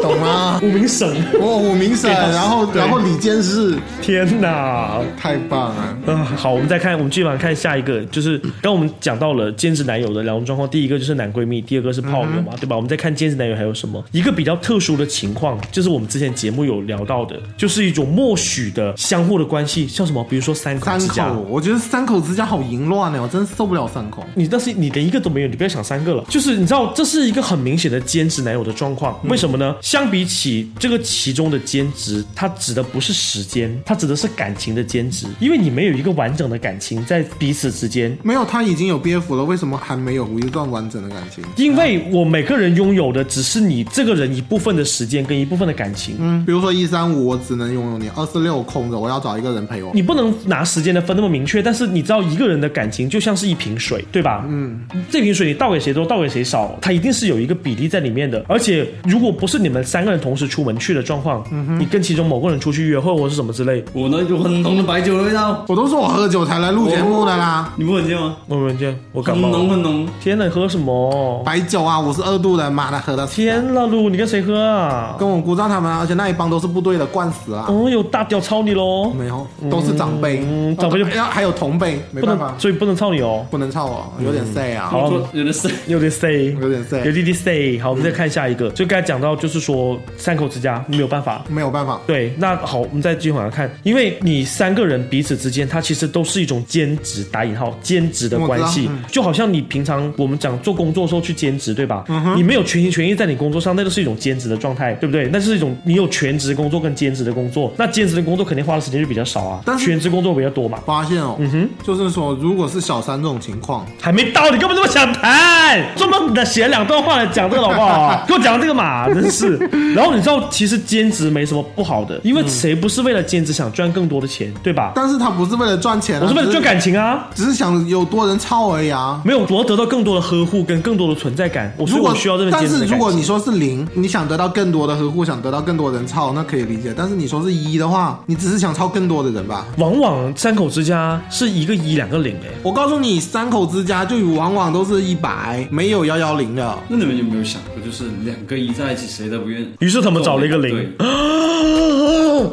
Speaker 3: 懂吗
Speaker 2: 五名省，
Speaker 3: 我五名省，然后
Speaker 2: 对
Speaker 3: 然后李监事，
Speaker 2: 天哪！啊
Speaker 3: 太棒了。
Speaker 2: 啊，好，我们再看，我们继续往看下一个，就是刚刚我们讲到了兼职男友的两种状况，第一个就就是男闺蜜，第二个是炮友嘛，
Speaker 3: 嗯
Speaker 2: 对吧？我们再看兼职男友还有什么？一个比较特殊的情况，就是我们之前节目有聊到的，就是一种默许的相互的关系，像什么，比如说三口
Speaker 3: 三
Speaker 2: 之家
Speaker 3: 口，。我觉得三口之家好淫乱呢，我真受不了三口。
Speaker 2: 你但是你连一个都没有，你不要想三个了。就是你知道，这是一个很明显的兼职男友的状况。为什么呢？相比起这个其中的兼职，它指的不是时间，它指的是感情的兼职，因为你没有一个完整的感情在彼此之间。
Speaker 3: 没有，他已经有蝙蝠了，为什么还没有一段完整的感情？
Speaker 2: 因为我每个人拥有的只是你这个人一部分的时间跟一部分的感情，
Speaker 3: 嗯，比如说一三五，我只能拥有你；二四六空着，我要找一个人陪我。
Speaker 2: 你不能拿时间的分那么明确，但是你知道一个人的感情就像是一瓶水，对吧？嗯，这瓶水你倒给谁多，倒给谁少，它一定是有一个比例在里面的。而且如果不是你们三个人同时出门去的状况，
Speaker 3: 嗯
Speaker 2: 你跟其中某个人出去约会或是什么之类，
Speaker 4: 我呢有很浓的白酒的味道，
Speaker 3: 我都说我喝酒才来录节目的啦，
Speaker 4: 你不闻见吗？
Speaker 2: 我们见我感
Speaker 4: 很
Speaker 3: 嗯
Speaker 2: 冒
Speaker 4: 浓
Speaker 2: 了。
Speaker 4: 很浓，
Speaker 2: 天哪，喝什么？
Speaker 3: 白酒啊，五十二度的，妈的喝的。
Speaker 2: 天啦，露，你跟谁喝啊？
Speaker 3: 跟我姑丈他们啊，而且那一帮都是部队的，惯死了。
Speaker 2: 哦，有大屌操你喽！
Speaker 3: 没有，都是长辈，
Speaker 2: 嗯长辈就
Speaker 3: 还有还有同辈，没
Speaker 2: 不
Speaker 3: 办法
Speaker 2: 能，，所以不能操你哦。
Speaker 3: 不能操我，有点 say 啊。
Speaker 2: 好
Speaker 4: 有的是。
Speaker 2: 有点 say，
Speaker 3: 有点嗯 say
Speaker 2: 有点点 say。好，我们再看下一个，就刚才讲到，就是说三口之家没有办法。
Speaker 3: 没有办法，
Speaker 2: 对，那好，我们再继续往下看，因为你三个人彼此之间，它其实都是一种兼职（打引号）兼职的关
Speaker 3: 我
Speaker 2: 系
Speaker 3: 知道嗯，
Speaker 2: 就好像你平常我们讲做工作的时候去兼职，对吧？
Speaker 3: 嗯
Speaker 2: 你没有全心全意在你工作上，那就是一种兼职的状态，对不对？那是一种你有全职工作跟兼职的工作，那兼职的工作肯定花的时间就比较少啊，
Speaker 3: 但是
Speaker 2: 全职工作比较多嘛。
Speaker 3: 发现哦，
Speaker 2: 嗯
Speaker 3: 就是说，如果是小三这种情况，
Speaker 2: 还没到，你根本就不想谈，专门的写两段话来讲这个好不 好？给我讲这个嘛，真是。然后你知道，其实兼职没什么不好的，因
Speaker 3: 嗯
Speaker 2: 为谁不是为了兼职想赚更多的钱，对吧？
Speaker 3: 但是他不是为了赚钱、啊，
Speaker 2: 我是为了赚
Speaker 3: 只
Speaker 2: 感情啊，
Speaker 3: 只是想有多人操而已啊。
Speaker 2: 没有，我要得到更多的呵护跟更多的存在感，我所以
Speaker 3: 如
Speaker 2: 我
Speaker 3: 果
Speaker 2: 需要这份
Speaker 3: 但
Speaker 2: 兼职
Speaker 3: 是
Speaker 2: 的
Speaker 3: 如
Speaker 2: 感
Speaker 3: 果
Speaker 2: 情
Speaker 3: 你说是零，你想得到更多的呵护，想得到更多人操，那可以理解。但是你说是一的话，你只是想操更多的人吧？
Speaker 2: 往往三口之家是一个一两个零哎、
Speaker 3: 我告诉你，三口之家就往往都是一百，没有幺幺零的。
Speaker 4: 那你们有没有想过，就是两个一在一起，谁都不愿意？
Speaker 2: 于是他们找了一个零，啊
Speaker 4: 对，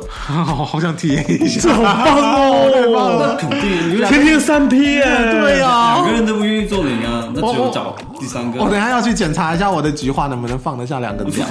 Speaker 3: 好好想体验一
Speaker 2: 这
Speaker 3: 下，
Speaker 2: 好棒哦，
Speaker 4: 肯定因为
Speaker 2: 天天三 P 哎、
Speaker 3: 对啊呀、
Speaker 4: 两个人都不愿意做零啊，
Speaker 2: 哦
Speaker 4: 那只有找第三个
Speaker 3: 我。等一下要去检查一下我的菊花能不能放得下两个 屌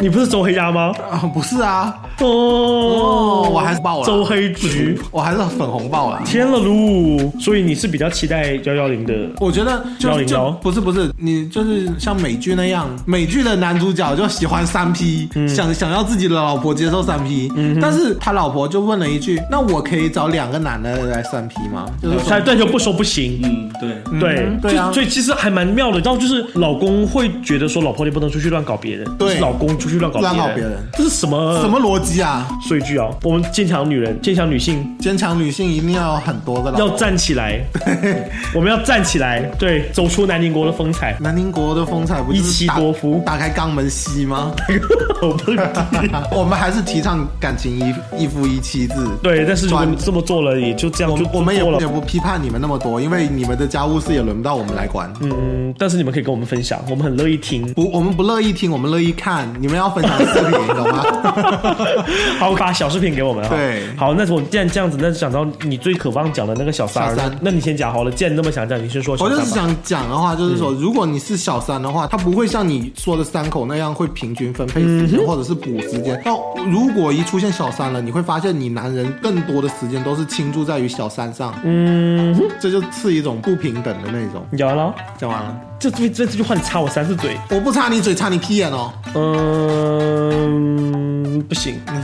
Speaker 2: 你不是周黑鸭吗？
Speaker 3: 啊！不是啊，
Speaker 2: 哦，
Speaker 3: 哦，我还是爆
Speaker 2: 周
Speaker 3: 了，
Speaker 2: 黑菊。
Speaker 3: 我还是粉红啊爆了。
Speaker 2: 天了噜！所以你是比较期待幺幺零的，
Speaker 3: 我觉得就
Speaker 2: 110
Speaker 3: 就不是不是，你就是像美剧那样，美剧的男主角就喜欢三 P，、想
Speaker 2: 嗯
Speaker 3: 想要自己的老婆接受三 P，、但是他老婆就问了一句：“那我可以找两个男的来三 P 吗？”就是说
Speaker 2: 他对就不说不行。
Speaker 4: 嗯，对，
Speaker 2: 对
Speaker 3: 对啊
Speaker 2: 就所以其实还蛮妙的。然后就是老公会觉得说，老婆你不能出去乱搞别人，
Speaker 3: 对
Speaker 2: 就是老公出去乱搞
Speaker 3: 乱搞别人
Speaker 2: 这是什么
Speaker 3: 什么逻辑啊？
Speaker 2: 所以句啊？我们坚强女人，坚强女性
Speaker 3: 坚强女性一定要有很多个老
Speaker 2: 要
Speaker 3: 婆。
Speaker 2: 站起 来，我们要站起来，对，走出南宁国的风 采。
Speaker 3: 南宁国的风采不就是
Speaker 2: 一妻
Speaker 3: 打
Speaker 2: 多夫
Speaker 3: 打开肛门吸吗？
Speaker 2: 好不低
Speaker 3: 我们还是提倡感情一一夫一妻制。
Speaker 2: 对，但是如果
Speaker 3: 专
Speaker 2: 你这么做了，也就这样
Speaker 3: 我
Speaker 2: 就
Speaker 3: 们我们也
Speaker 2: 做
Speaker 3: 不
Speaker 2: 了
Speaker 3: 也。不批判你们那么多，因为你们的家务事也轮不到我们来管。
Speaker 2: 嗯，但是你们可以跟我们分享，我们很乐意听。
Speaker 3: 不，我们不乐意听，我们乐意看。你们要分享视频，懂吗？
Speaker 2: 好，发小视频给我们哈。啊
Speaker 3: 对
Speaker 2: 好，那我们既然这样子，那就讲到你最渴望讲的那个小三儿，
Speaker 3: 小三
Speaker 2: 那你先讲好了。既然你那么想讲，你先说小
Speaker 3: 我就是
Speaker 2: 三吧。
Speaker 3: 想讲的话，就是说，如果你是小三的话，他不会像你说的三口那样会平均分配时
Speaker 2: 嗯
Speaker 3: 间或者是补时间。到如果一出现小三了，你会发现你男人更多的时间都是倾注在于小三上，
Speaker 2: 嗯，哼
Speaker 3: 这就是一种不平等的那种。
Speaker 2: 你讲完了哦，
Speaker 3: 讲完了，
Speaker 2: 这这这这句话你插我三次嘴，
Speaker 3: 我不插你嘴，插你屁眼 哦。
Speaker 2: 嗯，不行。嗯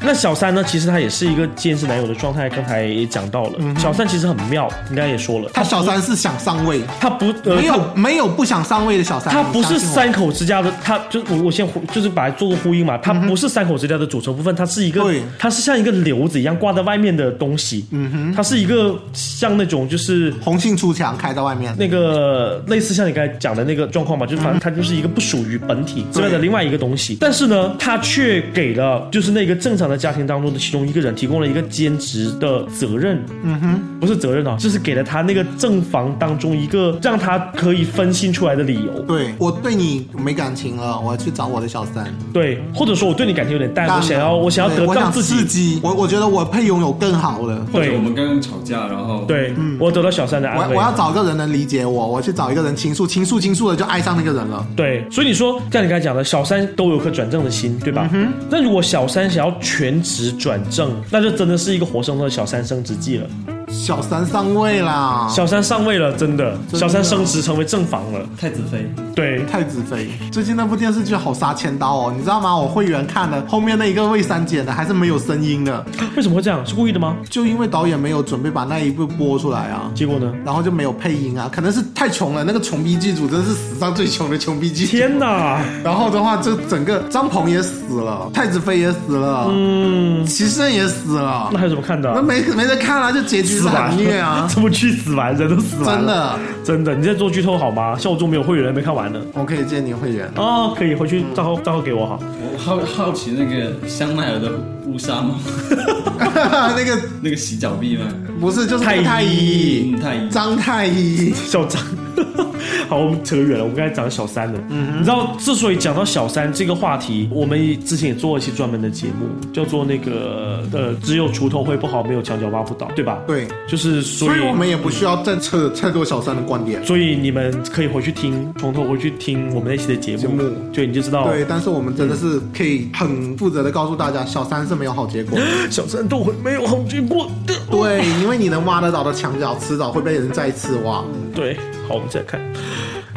Speaker 2: 那小三呢？其实他也是一个兼职男友的状态，刚才也讲到了。
Speaker 3: 嗯
Speaker 2: 小三其实很妙，你刚才也说了，
Speaker 3: 他小三是想上位，
Speaker 2: 他不呃
Speaker 3: 没
Speaker 2: 他
Speaker 3: 有没有不想上位的小三。
Speaker 2: 它
Speaker 3: 你
Speaker 2: 不是
Speaker 3: 相信我
Speaker 2: 三口之家的，它就我我先呼就是把它做个呼应嘛，它不是三口之家的组成部分，它是一个
Speaker 3: 嗯对，
Speaker 2: 它是像一个瘤子一样挂在外面的东西，嗯哼，它是一个像那种就是。
Speaker 3: 红杏出墙开在外面。
Speaker 2: 那个类似像你刚才讲的那个状况吧，就是反正它就是一个不属于本体之外的
Speaker 3: 嗯对
Speaker 2: 另外一个东西，但是呢，它却给了就是那个正常的家庭当中的其中一个人提供了一个兼职的责任，嗯哼，不是责任哦，就是给了他那个正房当中一个让他可以分心出来的理由，
Speaker 3: 对我对你没感情了，我要去找我的小三。
Speaker 2: 对，或者说我对你感情有点淡，
Speaker 3: 当
Speaker 2: 我
Speaker 3: 然
Speaker 2: 想要我想要
Speaker 3: 对
Speaker 2: 得
Speaker 3: 我
Speaker 2: 到
Speaker 3: 想
Speaker 2: 自
Speaker 3: 刺
Speaker 2: 己，
Speaker 3: 激，我我觉得我配拥有更好的，
Speaker 4: 或者我
Speaker 2: 对
Speaker 4: 们刚刚吵架，然后，
Speaker 2: 对，我得到小三的
Speaker 3: 嗯我
Speaker 2: 安慰，
Speaker 3: 我要找个人能理解我，我，我去找一个人倾诉，倾诉倾诉了就爱上那个人了。
Speaker 2: 对，所以你说像你刚才讲的，小三都有颗转正的心，对吧？那如果小三想要全职转正，那就真的是一个活生生的小三升职记了。
Speaker 3: 小三上位啦，
Speaker 2: 小三上位了，哦真的，小三升职成为正房了。
Speaker 4: 太子妃，
Speaker 2: 对，
Speaker 3: 太子妃。最近那部电视剧好杀千刀哦，你知道吗？我会员看了，后面那一个未删减的还是没有声音的，
Speaker 2: 为什么会这样？是故意的吗？
Speaker 3: 就因为导演没有准备把那一部播出来啊。
Speaker 2: 结果呢？
Speaker 3: 然后就没有配音啊，可能是太穷了。那个穷逼剧组真是史上最穷的穷逼剧组。
Speaker 2: 天哪！
Speaker 3: 然后的话，就整个张鹏也死了，太子妃也死了，嗯，齐晟也死了
Speaker 2: 那，还有什么看的、
Speaker 3: 那
Speaker 2: 啊？
Speaker 3: 没没得看了，就结局是
Speaker 2: 死完，
Speaker 3: 很虐啊
Speaker 2: 这部剧死完，人都死完
Speaker 3: 真
Speaker 2: 了，
Speaker 3: 的。
Speaker 2: 真的。你在做剧透好吗？像我这种没有会员的没看完的。
Speaker 3: 我可以借你会员，
Speaker 2: 哦，可以回去账号账号给我哈。
Speaker 4: 我好好奇那个香奈儿的乌纱帽，
Speaker 3: 那个
Speaker 4: 那个洗脚币吗？
Speaker 3: 不是就是那个
Speaker 2: 太
Speaker 3: 太
Speaker 2: 医
Speaker 3: 医，
Speaker 4: 嗯，太医
Speaker 3: 张太医，
Speaker 2: 小张。 好，我们扯远了，我们刚才讲小三了。
Speaker 3: 嗯
Speaker 2: 你知道，之所以讲到小三这个话题，我们之前也做了一期专门的节目，叫做那个呃，只有锄头会不好，没有墙角挖不倒，对吧？，
Speaker 3: 对，
Speaker 2: 就是所
Speaker 3: 所
Speaker 2: 以
Speaker 3: 以我们也不需要站扯太多小三的观点，
Speaker 2: 所以你们可以回去听，从头回去听我们那期的节目，
Speaker 3: 节目
Speaker 2: 对，你就知道
Speaker 3: 对，但是我们真的是可以很负责的告诉大家，小三是没有好结果的，
Speaker 2: 小三都会没有好结果的。
Speaker 3: 对，因为你能挖得到的墙角，迟早会被人再次挖。
Speaker 2: 对，好，我们再看。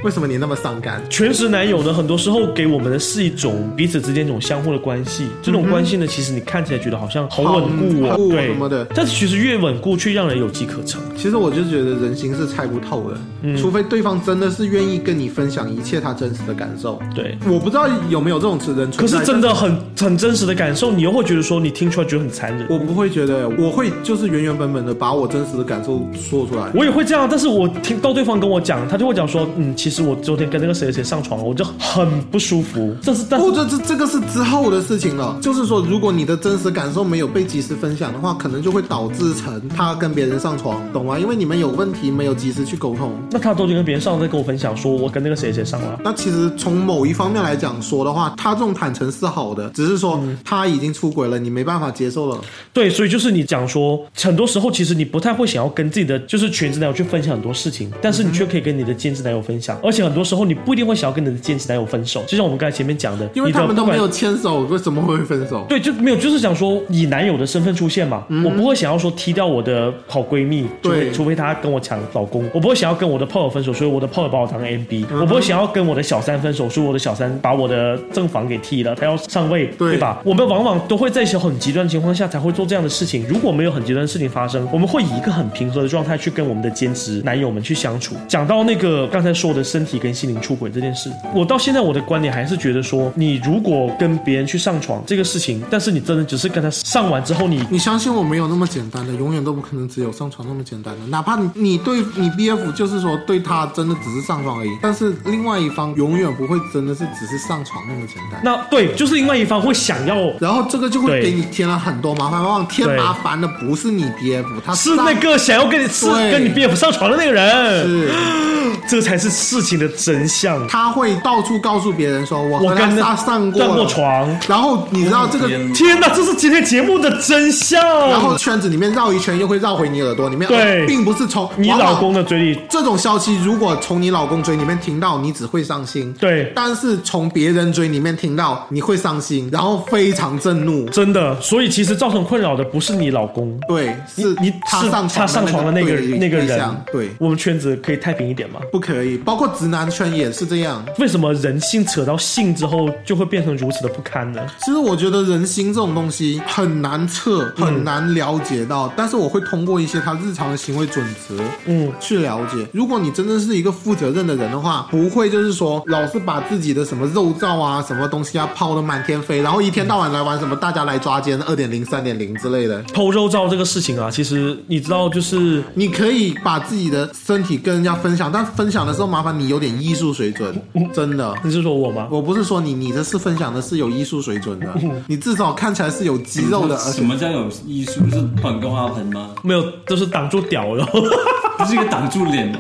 Speaker 3: 为什么你那么伤感？
Speaker 2: 全职男友呢，很多时候给我们的是一种彼此之间一种相互的关系。这种关系呢，其实你看起来觉得好像好稳固哦，
Speaker 3: 好稳固
Speaker 2: 对
Speaker 3: 什么的
Speaker 2: 但是其实越稳固，却让人有机可乘。
Speaker 3: 其实我就觉得人心是猜不透的，
Speaker 2: 嗯
Speaker 3: 除非对方真的是愿意跟你分享一切他真实的感受。
Speaker 2: 对，
Speaker 3: 我不知道有没有这种人
Speaker 2: 可
Speaker 3: 存在，
Speaker 2: 是真的很很真实的感受，你又会觉得说你听出来觉得很残忍。
Speaker 3: 但是我不会觉得，我会就是原原本本的把我真实的感受说出来。
Speaker 2: 我也会这样，但是我听到对方跟我讲，他就会讲说，嗯，其实我昨天跟那个谁谁谁上床了，我就很不舒服。但是，但是
Speaker 3: 不，哦这这这个是之后的事情了。就是说，如果你的真实感受没有被及时分享的话，可能就会导致成他跟别人上床，懂吗？因为你们有问题没有及时去沟通。
Speaker 2: 那他都已经跟别人上，再跟我分享说我跟那个谁谁上了。
Speaker 3: 那其实从某一方面来讲说的话，他这种坦诚是好的，只是说
Speaker 2: 嗯
Speaker 3: 他已经出轨了，你没办法接受了。
Speaker 2: 对，所以就是你讲说，很多时候其实你不太会想要跟自己的就是全职男友去分享很多事情，但是你
Speaker 3: 嗯
Speaker 2: 却可以跟你的兼职男友分享，而且很多时候你不一定会想要跟你的兼职男友分手，就像我们刚才前面讲的，
Speaker 3: 因为
Speaker 2: 你的
Speaker 3: 他们都
Speaker 2: 不管
Speaker 3: 没有。牵手，为什么会分手？
Speaker 2: 对，就没有，就是想说以男友的身份出现嘛，我不会想要说踢掉我的好闺蜜，除非
Speaker 3: 嗯对
Speaker 2: 除非她跟我抢老公，我不会想要跟我的炮友分手，所以我的炮友把我当 MB，、我
Speaker 3: 嗯
Speaker 2: 不会想要跟我的小三分手，所以我的小三把我的正房给踢了，他要上位，
Speaker 3: 对
Speaker 2: 对吧？我们往往都会在一些很极端的情况下才会做这样的事情。如果没有很极端的事情发生，我们会以一个很平和的状态去跟我们的兼职男友们去相处。讲到那个刚才说的身体跟心灵出轨这件事，我到现在我的观点还是觉得说，你如果跟别人去上床这个事情，但是你真的只是跟他上完之后，你
Speaker 3: 你相信我没有那么简单的，永远都不可能只有上床那么简单的。哪怕你你对你 BF 就是说对他真的只是上床而已，但是另外一方永远不会真的是只是上床那么简单。
Speaker 2: 那对，就是另外一方会想要。
Speaker 3: 然后这个就会
Speaker 2: 对
Speaker 3: 给你添了很多麻烦，往往添
Speaker 2: 对
Speaker 3: 麻烦的不是你 BF，他
Speaker 2: 是那个想要跟你是
Speaker 3: 对
Speaker 2: 跟你 BF 上床的那个人，
Speaker 3: 是
Speaker 2: 这才是事情的真相。
Speaker 3: 他会到处告诉别人说我
Speaker 2: 我
Speaker 3: 和
Speaker 2: 跟
Speaker 3: 他上
Speaker 2: 断
Speaker 3: 过
Speaker 2: 过
Speaker 3: 了，
Speaker 2: 床，
Speaker 3: 然后你知道这个
Speaker 4: 天
Speaker 2: 天哪，这是今天节目的真相。
Speaker 3: 然后圈子里面绕一圈，又会绕回你耳朵里面。
Speaker 2: 对
Speaker 3: 而并不是从
Speaker 2: 你
Speaker 3: 往往
Speaker 2: 老公的嘴里，
Speaker 3: 这种消息，如果从你老公嘴里面听到，你只会伤心；
Speaker 2: 对，
Speaker 3: 但是从别人嘴里面听到，你会伤心，然后非常震怒。
Speaker 2: 真的，所以其实造成困扰的不是你老公，
Speaker 3: 对，是
Speaker 2: 你
Speaker 3: 他
Speaker 2: 是
Speaker 3: 上
Speaker 2: 他上床的那个
Speaker 3: 对
Speaker 2: 那个
Speaker 3: 对
Speaker 2: 人
Speaker 3: 象，对，
Speaker 2: 我们圈子可以太平一点吗？
Speaker 3: 不可以。包括直男圈也是这样。
Speaker 2: 为什么人性扯到性之后就会变成如此的不堪呢？
Speaker 3: 其实我觉得人心这种东西很难测，很难了解到，但是我会通过一些他日常的行为准则，
Speaker 2: 嗯，
Speaker 3: 去了解。如果你真的是一个负责任的人的话，不会就是说老是把自己的什么肉照啊、什么东西啊抛得满天飞，然后一天到晚来玩什么大家来抓奸二点零、三点零之类的。
Speaker 2: 偷肉照这个事情啊，其实你知道，就是
Speaker 3: 你可以把自己的身体跟人家分享，但分享的时候麻烦你有点艺术水准，真的。
Speaker 2: 你是说我吗？
Speaker 3: 我不是说你，你这次分享的是有艺术水准的，你至少看起来是有肌
Speaker 4: 嗯
Speaker 3: 肉的，而且
Speaker 4: 什么叫有艺术？是本宫阿盆吗？
Speaker 2: 没有，都是挡住屌，然后
Speaker 4: 不是一个挡住脸的，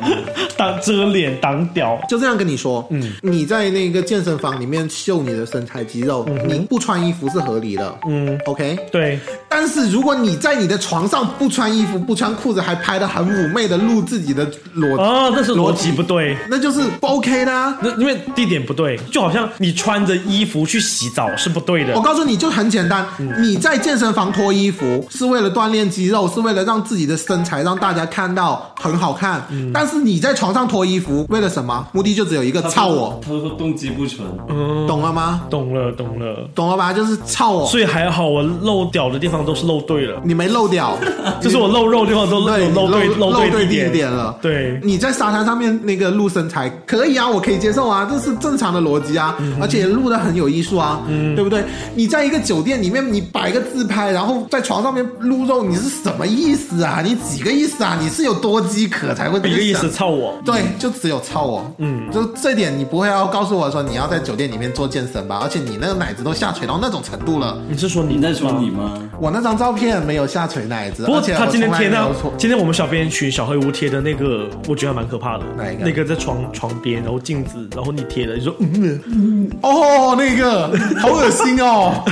Speaker 2: 挡遮脸挡屌，
Speaker 3: 就这样跟你说，嗯，你在那个健身房里面秀你的身材肌肉，你不穿衣服是合理的，嗯，OK。
Speaker 2: 对，
Speaker 3: 但是如果你在你的床上不穿衣服、不穿裤子，还拍的很妩媚的录自己的裸，
Speaker 2: 哦，那是逻辑不对。
Speaker 3: 那就是不 OK 的、啊。
Speaker 2: 那因为地点不对，就好像你穿着衣服去洗澡是不对的
Speaker 3: 我。告诉你就很简单，你在健身房脱衣服是为了锻炼肌肉，是为了让自己的身材让大家看到很好看。但是你在床上脱衣服为了什么？目的就只有一个
Speaker 4: 他
Speaker 3: 操我，
Speaker 4: 他说动机不纯，
Speaker 2: 嗯
Speaker 3: 懂了吗？
Speaker 2: 懂了，懂了。
Speaker 3: 懂了吧？就是操我，
Speaker 2: 所以还好，我漏屌的地方都是漏对了，
Speaker 3: 你没漏掉，
Speaker 2: 就是我漏肉的地方都
Speaker 3: 对，
Speaker 2: 有
Speaker 3: 你
Speaker 2: 漏对
Speaker 3: 漏
Speaker 2: 对
Speaker 3: 对地
Speaker 2: 点。
Speaker 3: 点了。
Speaker 2: 对，
Speaker 3: 你在沙滩上面那个录身材可以啊，我可以接受啊，这是正常的逻辑啊，
Speaker 2: 嗯
Speaker 3: 而且录的很有艺术啊，对不对？你在一个酒店里面，你摆个自拍，然后在床上面撸肉，你是什么意思啊？你几个意思啊？你是有多饥渴才会这
Speaker 2: 一个意
Speaker 3: 想
Speaker 2: 思，？操我。
Speaker 3: 对，就只有操我，嗯，就这点你不会要告诉我说你要在酒店里面做健身吧？而且你那个奶子都下垂到那种程度了，
Speaker 2: 你是说你
Speaker 4: 你在说
Speaker 2: 吗
Speaker 4: 你吗？
Speaker 3: 我那张照片没有下垂奶子，
Speaker 2: 不过
Speaker 3: 而且
Speaker 2: 他
Speaker 3: 我
Speaker 2: 今天
Speaker 3: 从来
Speaker 2: 贴
Speaker 3: 没
Speaker 2: 那
Speaker 3: 有错，
Speaker 2: 今天我们小编群小黑屋贴的那个，我觉得还蛮可怕的。
Speaker 3: 哪一个
Speaker 2: 那个在床床边，然后镜子，然后你贴的，你说嗯， 嗯
Speaker 3: 哦，那个好恶心 哦。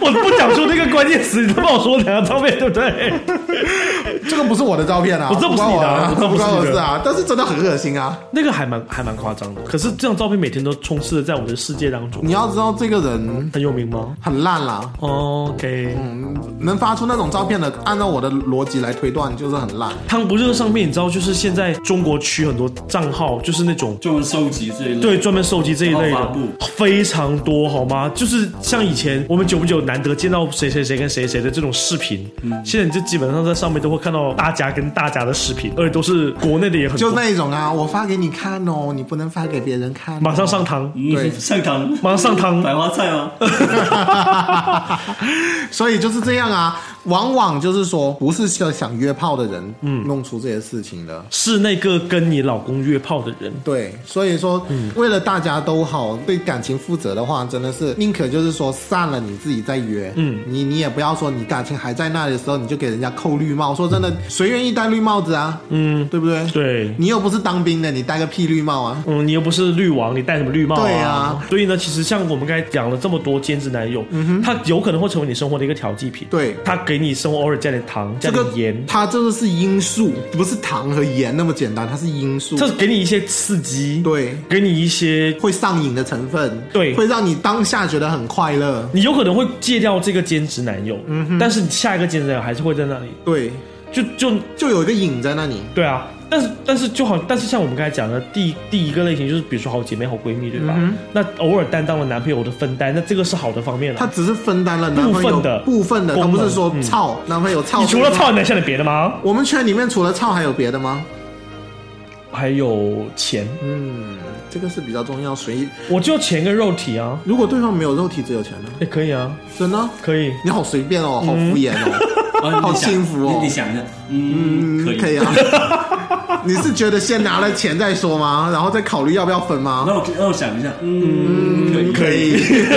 Speaker 2: 我不讲出那个关键词，你都帮我说两张照片，对不对？
Speaker 3: 这个不是我的照片啊，
Speaker 2: 我这不是
Speaker 3: 关
Speaker 2: 你
Speaker 3: 我
Speaker 2: 的啊
Speaker 3: 啊，
Speaker 2: 我这不是
Speaker 3: 不关我
Speaker 2: 你的
Speaker 3: 事啊，但是真的很恶心啊！
Speaker 2: 那个还蛮还蛮夸张的。可是这张照片每天都充斥在我的世界当中，
Speaker 3: 你要知道这个人
Speaker 2: 很有名吗哦
Speaker 3: 很烂啦，
Speaker 2: ？OK，
Speaker 4: 嗯
Speaker 3: 能发出那种照片的，按照我的逻辑来推断就是很烂。
Speaker 2: 汤不热上面，你知道，就是现在中国区很多账号，就是那种
Speaker 4: 专门收集这一类，
Speaker 2: 对，专门收集这一类
Speaker 4: 哦然后发
Speaker 2: 的
Speaker 4: 布
Speaker 2: 非常多，好吗？就是像以前我们久不久难得见到谁谁谁跟谁谁的这种视频，
Speaker 4: 嗯
Speaker 2: 现在你就基本上在上面都会看到大家跟大家的视频，而且都是国内的也很
Speaker 3: 就
Speaker 2: 多，
Speaker 3: 那一种啊，我发给你看哦，你不能发给别人看、哦
Speaker 2: 马上。上堂，
Speaker 4: 嗯
Speaker 3: 对
Speaker 4: 上堂，
Speaker 2: 马上上堂，
Speaker 4: 百花菜吗？
Speaker 3: 所以就是这样啊，往往就是说，不是想想约炮的人，嗯，弄出这些事情的。
Speaker 2: 是那个跟你老公约炮的人。
Speaker 3: 对，所以说，
Speaker 2: 嗯
Speaker 3: 为了大家都好，对感情负责的话，真的是宁可就是说散了，你自己再约。嗯，你你也不要说你感情还在那里的时候，你就给人家扣绿帽。说真的，谁愿意戴绿帽子啊？嗯，对不对？
Speaker 2: 对，
Speaker 3: 你又不是当兵的，你戴个屁绿帽啊！
Speaker 2: 嗯，你又不是绿王，你戴什么绿帽
Speaker 3: 对啊嗯
Speaker 2: 所以呢，其实像我们刚才讲了这么多兼职男友，他有可能会成为你生活的一个调剂品。
Speaker 3: 对
Speaker 2: 他给你生活偶尔加点糖，加
Speaker 3: 这个
Speaker 2: 点盐，
Speaker 3: 它这个是因素，不是糖和盐那么简单，它是因素。
Speaker 2: 这是给你一些刺激，，
Speaker 3: 对，
Speaker 2: 给你一些
Speaker 3: 会上瘾的成分，
Speaker 2: 对
Speaker 3: 会让你当下觉得很快乐。
Speaker 2: 你有可能会戒掉这个兼职男友，
Speaker 3: 嗯
Speaker 2: 但是你下一个兼职男友还是会在那里，
Speaker 3: 对，
Speaker 2: 就就
Speaker 3: 就有一个瘾在那里。
Speaker 2: 对啊。但是但是就好，但是像我们刚才讲的第第一个类型就是，比如说好姐妹、好闺蜜，对
Speaker 3: 嗯
Speaker 2: 吧？那偶尔担当了男朋友的分担，那这个是好的方面啊
Speaker 3: 他
Speaker 2: 了。
Speaker 3: 只是分担了男朋友
Speaker 2: 部分的
Speaker 3: 部分的，
Speaker 2: 功
Speaker 3: 他
Speaker 2: 能
Speaker 3: 不是说
Speaker 2: 嗯
Speaker 3: 操、男朋友操。
Speaker 2: 你除了操，，你能想点别的吗？
Speaker 3: 我们圈里面除了操还有别的吗？
Speaker 2: 还有钱，
Speaker 3: 嗯，这个是比较重要。谁
Speaker 2: 我就钱跟肉体啊，
Speaker 3: 如果对方没有肉体，只有钱呢？
Speaker 2: 也可以啊，
Speaker 3: 真的？
Speaker 2: 可以。
Speaker 3: 你好随便哦，好
Speaker 2: 嗯
Speaker 3: 敷衍 哦。
Speaker 4: 啊
Speaker 3: 好
Speaker 4: 你想
Speaker 3: 幸福哦
Speaker 4: 你你想一下，嗯，
Speaker 3: 可以。啊。 你是觉得先拿了钱再说吗？然后再考虑要不要分吗？
Speaker 4: 那我让我想一下，嗯，可以，
Speaker 3: 可以。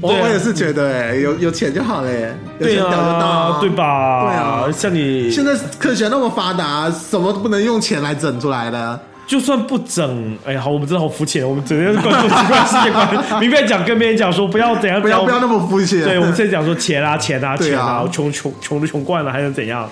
Speaker 3: 我
Speaker 2: 对啊
Speaker 3: 我也是觉得，哎，有有钱就好了，哎有钱
Speaker 2: 对
Speaker 3: 屌就到
Speaker 2: 啊，
Speaker 3: 啊，
Speaker 2: 对？吧？
Speaker 3: 对啊
Speaker 2: 像你
Speaker 3: 现在科学那么发达，什么都不能用钱来整出来的。
Speaker 2: 就算不整，哎呀，好，我们真的好肤浅，我们整天是关注奇怪世界观，明明讲跟别人讲说不要怎样，
Speaker 3: 不要不要那么肤浅。
Speaker 2: 对，我们现在讲说钱啊，钱啊，
Speaker 3: 对
Speaker 2: 钱
Speaker 3: 啊
Speaker 2: 啊，穷穷穷都穷惯了，还能怎样？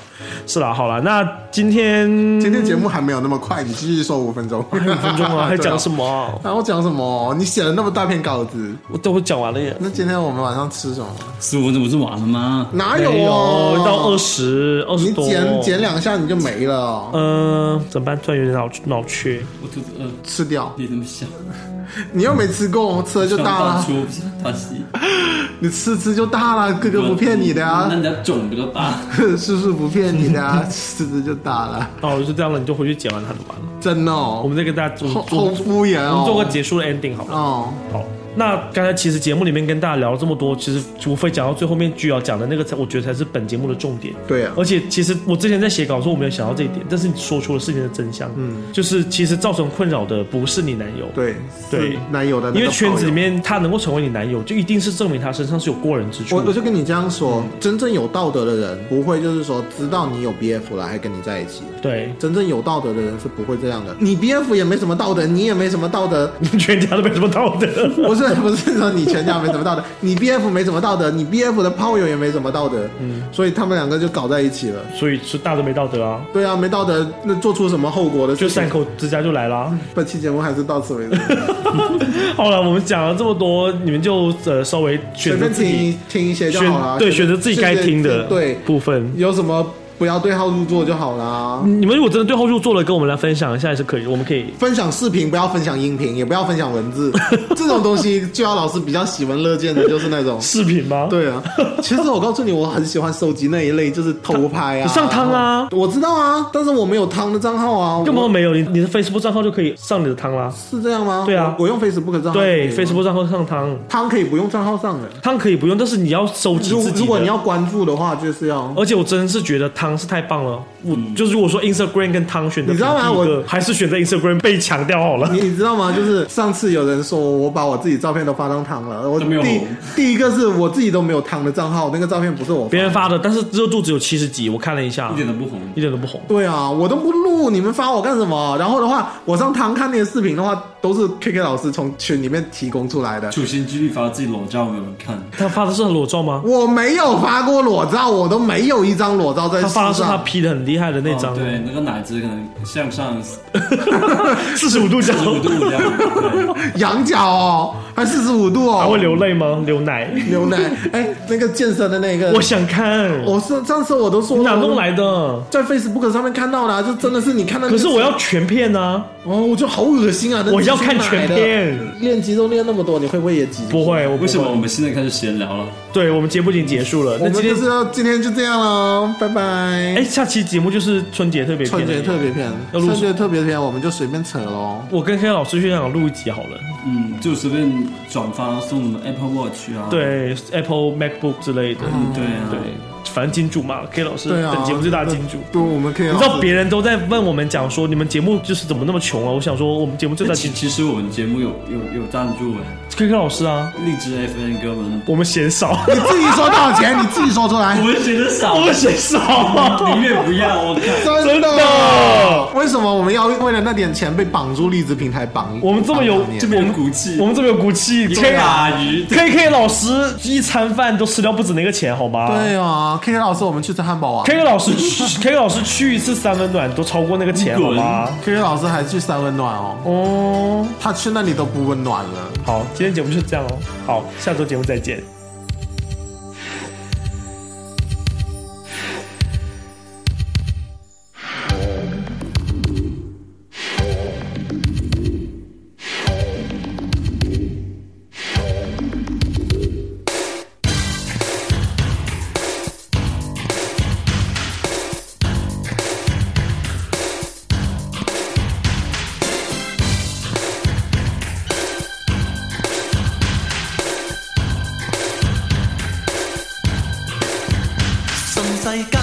Speaker 2: 是啦，好啦，那今天
Speaker 3: 今天节目还没有那么快，你继续说五分钟，五
Speaker 2: 五分钟 啊，还讲什
Speaker 3: 么？
Speaker 2: 么啊？
Speaker 3: 然后讲什么？你写了那么大篇稿子，
Speaker 2: 我都讲完了耶，
Speaker 3: 那今天我们晚上吃什么？
Speaker 4: 十五分钟不是完了吗？
Speaker 3: 哪
Speaker 2: 没有
Speaker 3: 哦？
Speaker 2: 到二十二十
Speaker 3: 你
Speaker 2: 多，
Speaker 3: 剪剪两下你就没了哦，
Speaker 2: 嗯，怎么办？突然有点脑脑缺，
Speaker 4: 我肚子饿，
Speaker 3: 吃 掉。
Speaker 4: 别这么想，
Speaker 3: 你又没吃够，吃了就大啊
Speaker 4: 到
Speaker 3: 了。
Speaker 4: 出他吸，
Speaker 3: 你吃吃就大了，哥哥不骗你的啊
Speaker 4: 那，
Speaker 2: 嗯
Speaker 4: 你要肿比较大，
Speaker 3: 叔叔不骗你的 啊，吃吃就大了，哦
Speaker 2: 哦，就这样了，你就回去剪完它就完了。
Speaker 3: 真的
Speaker 2: 我
Speaker 3: 哦，
Speaker 2: 们再跟大家做
Speaker 3: 好
Speaker 2: 做
Speaker 3: 好敷衍
Speaker 2: 我们做个
Speaker 3: 哦。
Speaker 2: 结束的 ending 好了，
Speaker 3: 哦，
Speaker 2: 好，那刚才其实节目里面跟大家聊了这么多，其实除非讲到最后面居瑶讲的那个才，我觉得才是本节目的重点。
Speaker 3: 对啊
Speaker 2: 而且其实我之前在写稿的时候，我没有想到这一点，但是你说出了事情的真相。嗯，就是其实造成困扰的不是你男友，
Speaker 3: 对
Speaker 2: 对
Speaker 3: 是男友的那个
Speaker 2: 因为圈子
Speaker 3: 炮友
Speaker 2: 里面他能够成为你男友，就一定是证明他身上是有过人之处
Speaker 3: 我
Speaker 2: 的。
Speaker 3: 我就跟你这样说，真正有道德的人不会就是说知道你有 BF 了还跟你在一起。
Speaker 2: 对，
Speaker 3: 真正有道德的人是不会这样的。你 BF 也没什么道德，你也没什么道德，
Speaker 2: 全家都没什么道德。
Speaker 3: 不是不是说你全家没什么道德，你 BF 没什么道德，你 BF 的炮友也没什么道德，嗯，所以他们两个就搞在一起了。
Speaker 2: 所以是大都没道德啊，
Speaker 3: 对啊，没道德，那做出什么后果的事
Speaker 2: 就
Speaker 3: 情？
Speaker 2: 三口之家就来啦。
Speaker 3: 本期节目还是到此为止，
Speaker 2: 好了，我们讲了这么多，你们就呃稍微
Speaker 3: 随
Speaker 2: 选择
Speaker 3: 便
Speaker 2: 自
Speaker 3: 听
Speaker 2: 己
Speaker 3: 一听一些就
Speaker 2: 选
Speaker 3: 好了。
Speaker 2: 对选择自己该听的
Speaker 3: 对，
Speaker 2: 部分。
Speaker 3: 有什么不要对号入座就好啦。
Speaker 2: 你们如果真的对号入座了，跟我们来分享一下也是可以的，我们可以。。
Speaker 3: 分享视频，不要分享音频，也不要分享文字，这种东西，就要老师比较喜闻乐见的，就是那 种
Speaker 2: 视频吗？，
Speaker 3: 对啊，其实我告诉你，我很喜欢收集那一类，就是偷拍啊，
Speaker 2: 上汤啊
Speaker 3: 然后我知道啊，但是我没有汤的账号啊，
Speaker 2: 根
Speaker 3: 我
Speaker 2: 本没有你，你的 Facebook 账号就可以上你的汤啦。
Speaker 3: 是这样吗？
Speaker 2: 对啊
Speaker 3: 我我用 Facebook 账号，
Speaker 2: 对，Facebook 账号上汤，
Speaker 3: 汤可以不用账号上的。
Speaker 2: 汤可以不用，但是你要收集
Speaker 3: 如
Speaker 2: 自己的
Speaker 3: 如果你要关注的话，就是要。
Speaker 2: 而且我真是觉得汤是太棒了，我就是如果说 Instagram 跟汤选的，
Speaker 3: 嗯你知道吗我
Speaker 2: 还是选择 Instagram 被强调好了。
Speaker 3: 你你知道吗？就是上次有人说我把我自己照片都发上汤了，我
Speaker 4: 都没有
Speaker 3: 第
Speaker 4: 红
Speaker 3: 第一个是我自己都没有汤的账号，那个照片不是我发的
Speaker 2: 别人发的，但是热度只有七十几，我看了一下，
Speaker 4: 一点都不红。
Speaker 2: 一点都不红。
Speaker 3: 对啊，我都不录，你们发我干什么？然后的话，我上堂看那些视频的话，都是 KK 老师从群里面提供出来的。
Speaker 4: 处心积虑发自己裸照给我们看，
Speaker 2: 他发的是裸照吗？
Speaker 3: 我没有发过裸照，我都没有一张裸照在
Speaker 2: 他发的
Speaker 3: 世
Speaker 2: 是他
Speaker 3: 上。
Speaker 2: P 的很厉害的那张
Speaker 4: 哦，对，那个奶子可能向上十
Speaker 2: 四十五度角，
Speaker 4: 五度这样，对
Speaker 3: 羊角哦，还四十五度哦，
Speaker 2: 还会流泪吗？流 奶？
Speaker 3: 牛 奶。哎，那个健身的那个，
Speaker 2: 我想看，
Speaker 3: 我是上次我都说
Speaker 2: 你
Speaker 3: 了
Speaker 2: 哪弄来的？
Speaker 3: 在 Facebook 上面看到的啊、就真的是你看到那
Speaker 2: 可
Speaker 3: 个视
Speaker 2: 是
Speaker 3: 频。
Speaker 2: 我要全片啊！
Speaker 3: 哦，我就好恶心啊！那
Speaker 2: 我要
Speaker 3: 是去
Speaker 2: 看
Speaker 3: 哪
Speaker 2: 全
Speaker 3: 的
Speaker 2: 片
Speaker 3: 练肌肉练那么多，你会不会也急？
Speaker 2: 不会，我不
Speaker 4: 为什么我
Speaker 2: 会？
Speaker 4: 们现在开始闲聊了？
Speaker 2: 对我们节目已经结束了。
Speaker 3: 我
Speaker 2: 那
Speaker 3: 们
Speaker 2: 今
Speaker 3: 就
Speaker 2: 天
Speaker 3: 是要今天就这样了，拜拜。
Speaker 2: 哎，下期节目就是春节特别篇
Speaker 3: 春
Speaker 2: 了
Speaker 3: 节特别篇，
Speaker 2: 要录
Speaker 3: 春节特别篇我们就随便扯喽。
Speaker 2: 我跟黑老师去现场录一集好了。
Speaker 4: 嗯，就随便转发送什么 Apple Watch 啊，
Speaker 2: 对，Apple MacBook 之类的，
Speaker 4: 对啊，
Speaker 2: 对，反正金主嘛，K 老师
Speaker 3: 嗯对啊，
Speaker 2: 本节目最大的金主。
Speaker 3: 对，我们可以。啊
Speaker 2: 你知道别人都在问我们讲说你们节目就是怎么那么穷啊？我想说我们节目最大
Speaker 4: 那
Speaker 2: 金
Speaker 4: 其
Speaker 2: 主
Speaker 4: 其实我们节目有有有赞助哎，
Speaker 2: K K 老师啊，
Speaker 4: 荔 枝 FM 给我们，
Speaker 2: 我们嫌 少，
Speaker 3: 你自己说多少钱，你自己说出来
Speaker 4: 我。们觉得少
Speaker 2: 我，们 嫌少啊，
Speaker 4: 宁愿不要， 我靠，
Speaker 3: 真
Speaker 2: 真的
Speaker 3: 为什么我们要为了那点钱被绑住荔枝平台绑？
Speaker 2: 我们这么有
Speaker 3: 绑两年
Speaker 2: 这么
Speaker 4: 没有骨气，
Speaker 2: 我们这么有骨气啊
Speaker 4: 可以
Speaker 2: ，K
Speaker 4: 打鱼，
Speaker 2: K K 老师一餐饭都吃掉不止那个钱，好吗？
Speaker 3: 对啊，K K 老师，我们去吃汉堡王。啊
Speaker 2: K K 老师 K K 老师去一次三温暖都超过那个钱，好
Speaker 4: 滚
Speaker 2: 吗？
Speaker 3: K K 老师还去三温暖哦，
Speaker 2: 哦，
Speaker 3: 他去那里都不温暖了。
Speaker 2: 好，今天节目就这样哦。好，下周节目再见。
Speaker 7: 信世間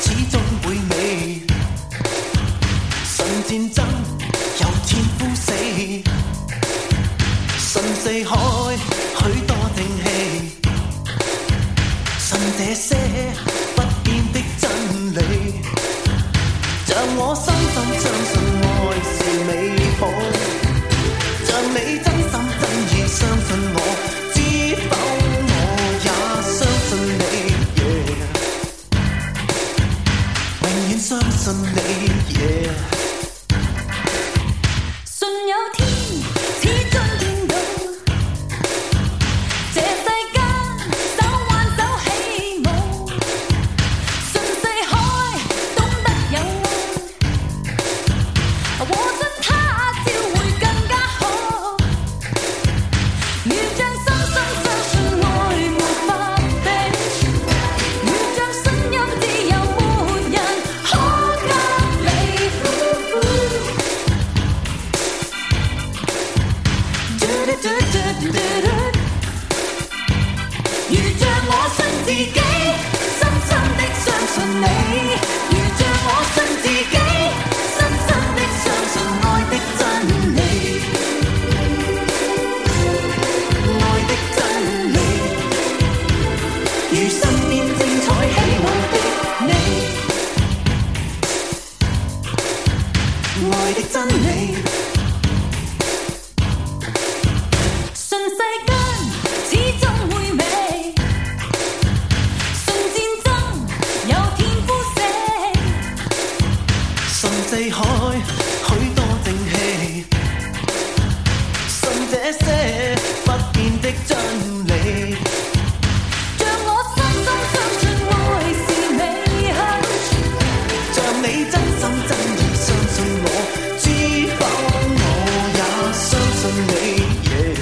Speaker 7: 始終會美，信戰爭有天枯死，信四海許多定氣，信這些不變的真理，像我深深相信愛是美好，像你真心真意相信我，知否我也相信你？Yeah 永遠相信你，yeah。
Speaker 1: 信有天，始終見到這世間手挽手起舞，信四海懂得有愛，和親他朝會更加好。如像深深相信愛沒法比，如像信任自由沒人可及。
Speaker 7: 自己，深深的相信你，如像我信自己，深深的相信愛的真理，愛的真理，如信念精彩起舞的你，愛的真理。信世間始終會美，信戰爭有天枯死。
Speaker 8: 甚至海許多正氣，信這些不變的真理，
Speaker 7: 让我深深相信爱是美香，
Speaker 8: 像你真心真意相信我，知否我也相信你？Yeah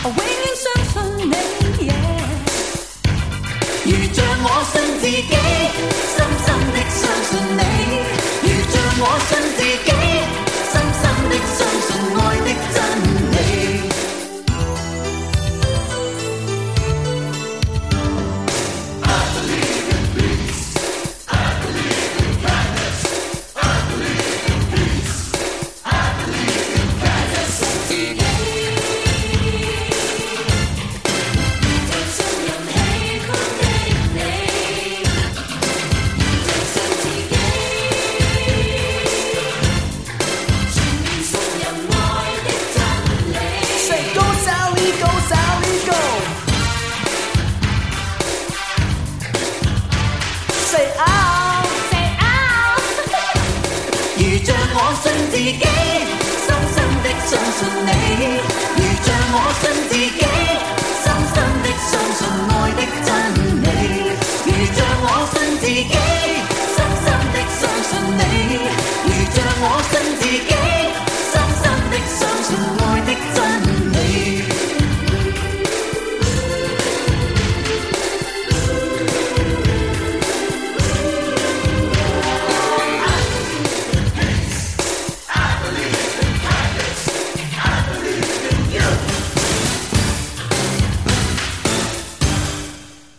Speaker 7: 我永远相信你。如像我信自己，深深的相信你；如像我信自己，深深的相信爱的真理。
Speaker 8: Say go Sally go Sally go Say out
Speaker 7: 如像我信自己，深深的相信你；如像我信自己，深深的相信愛的真理；如像我信自己，深深的相信你；如像我信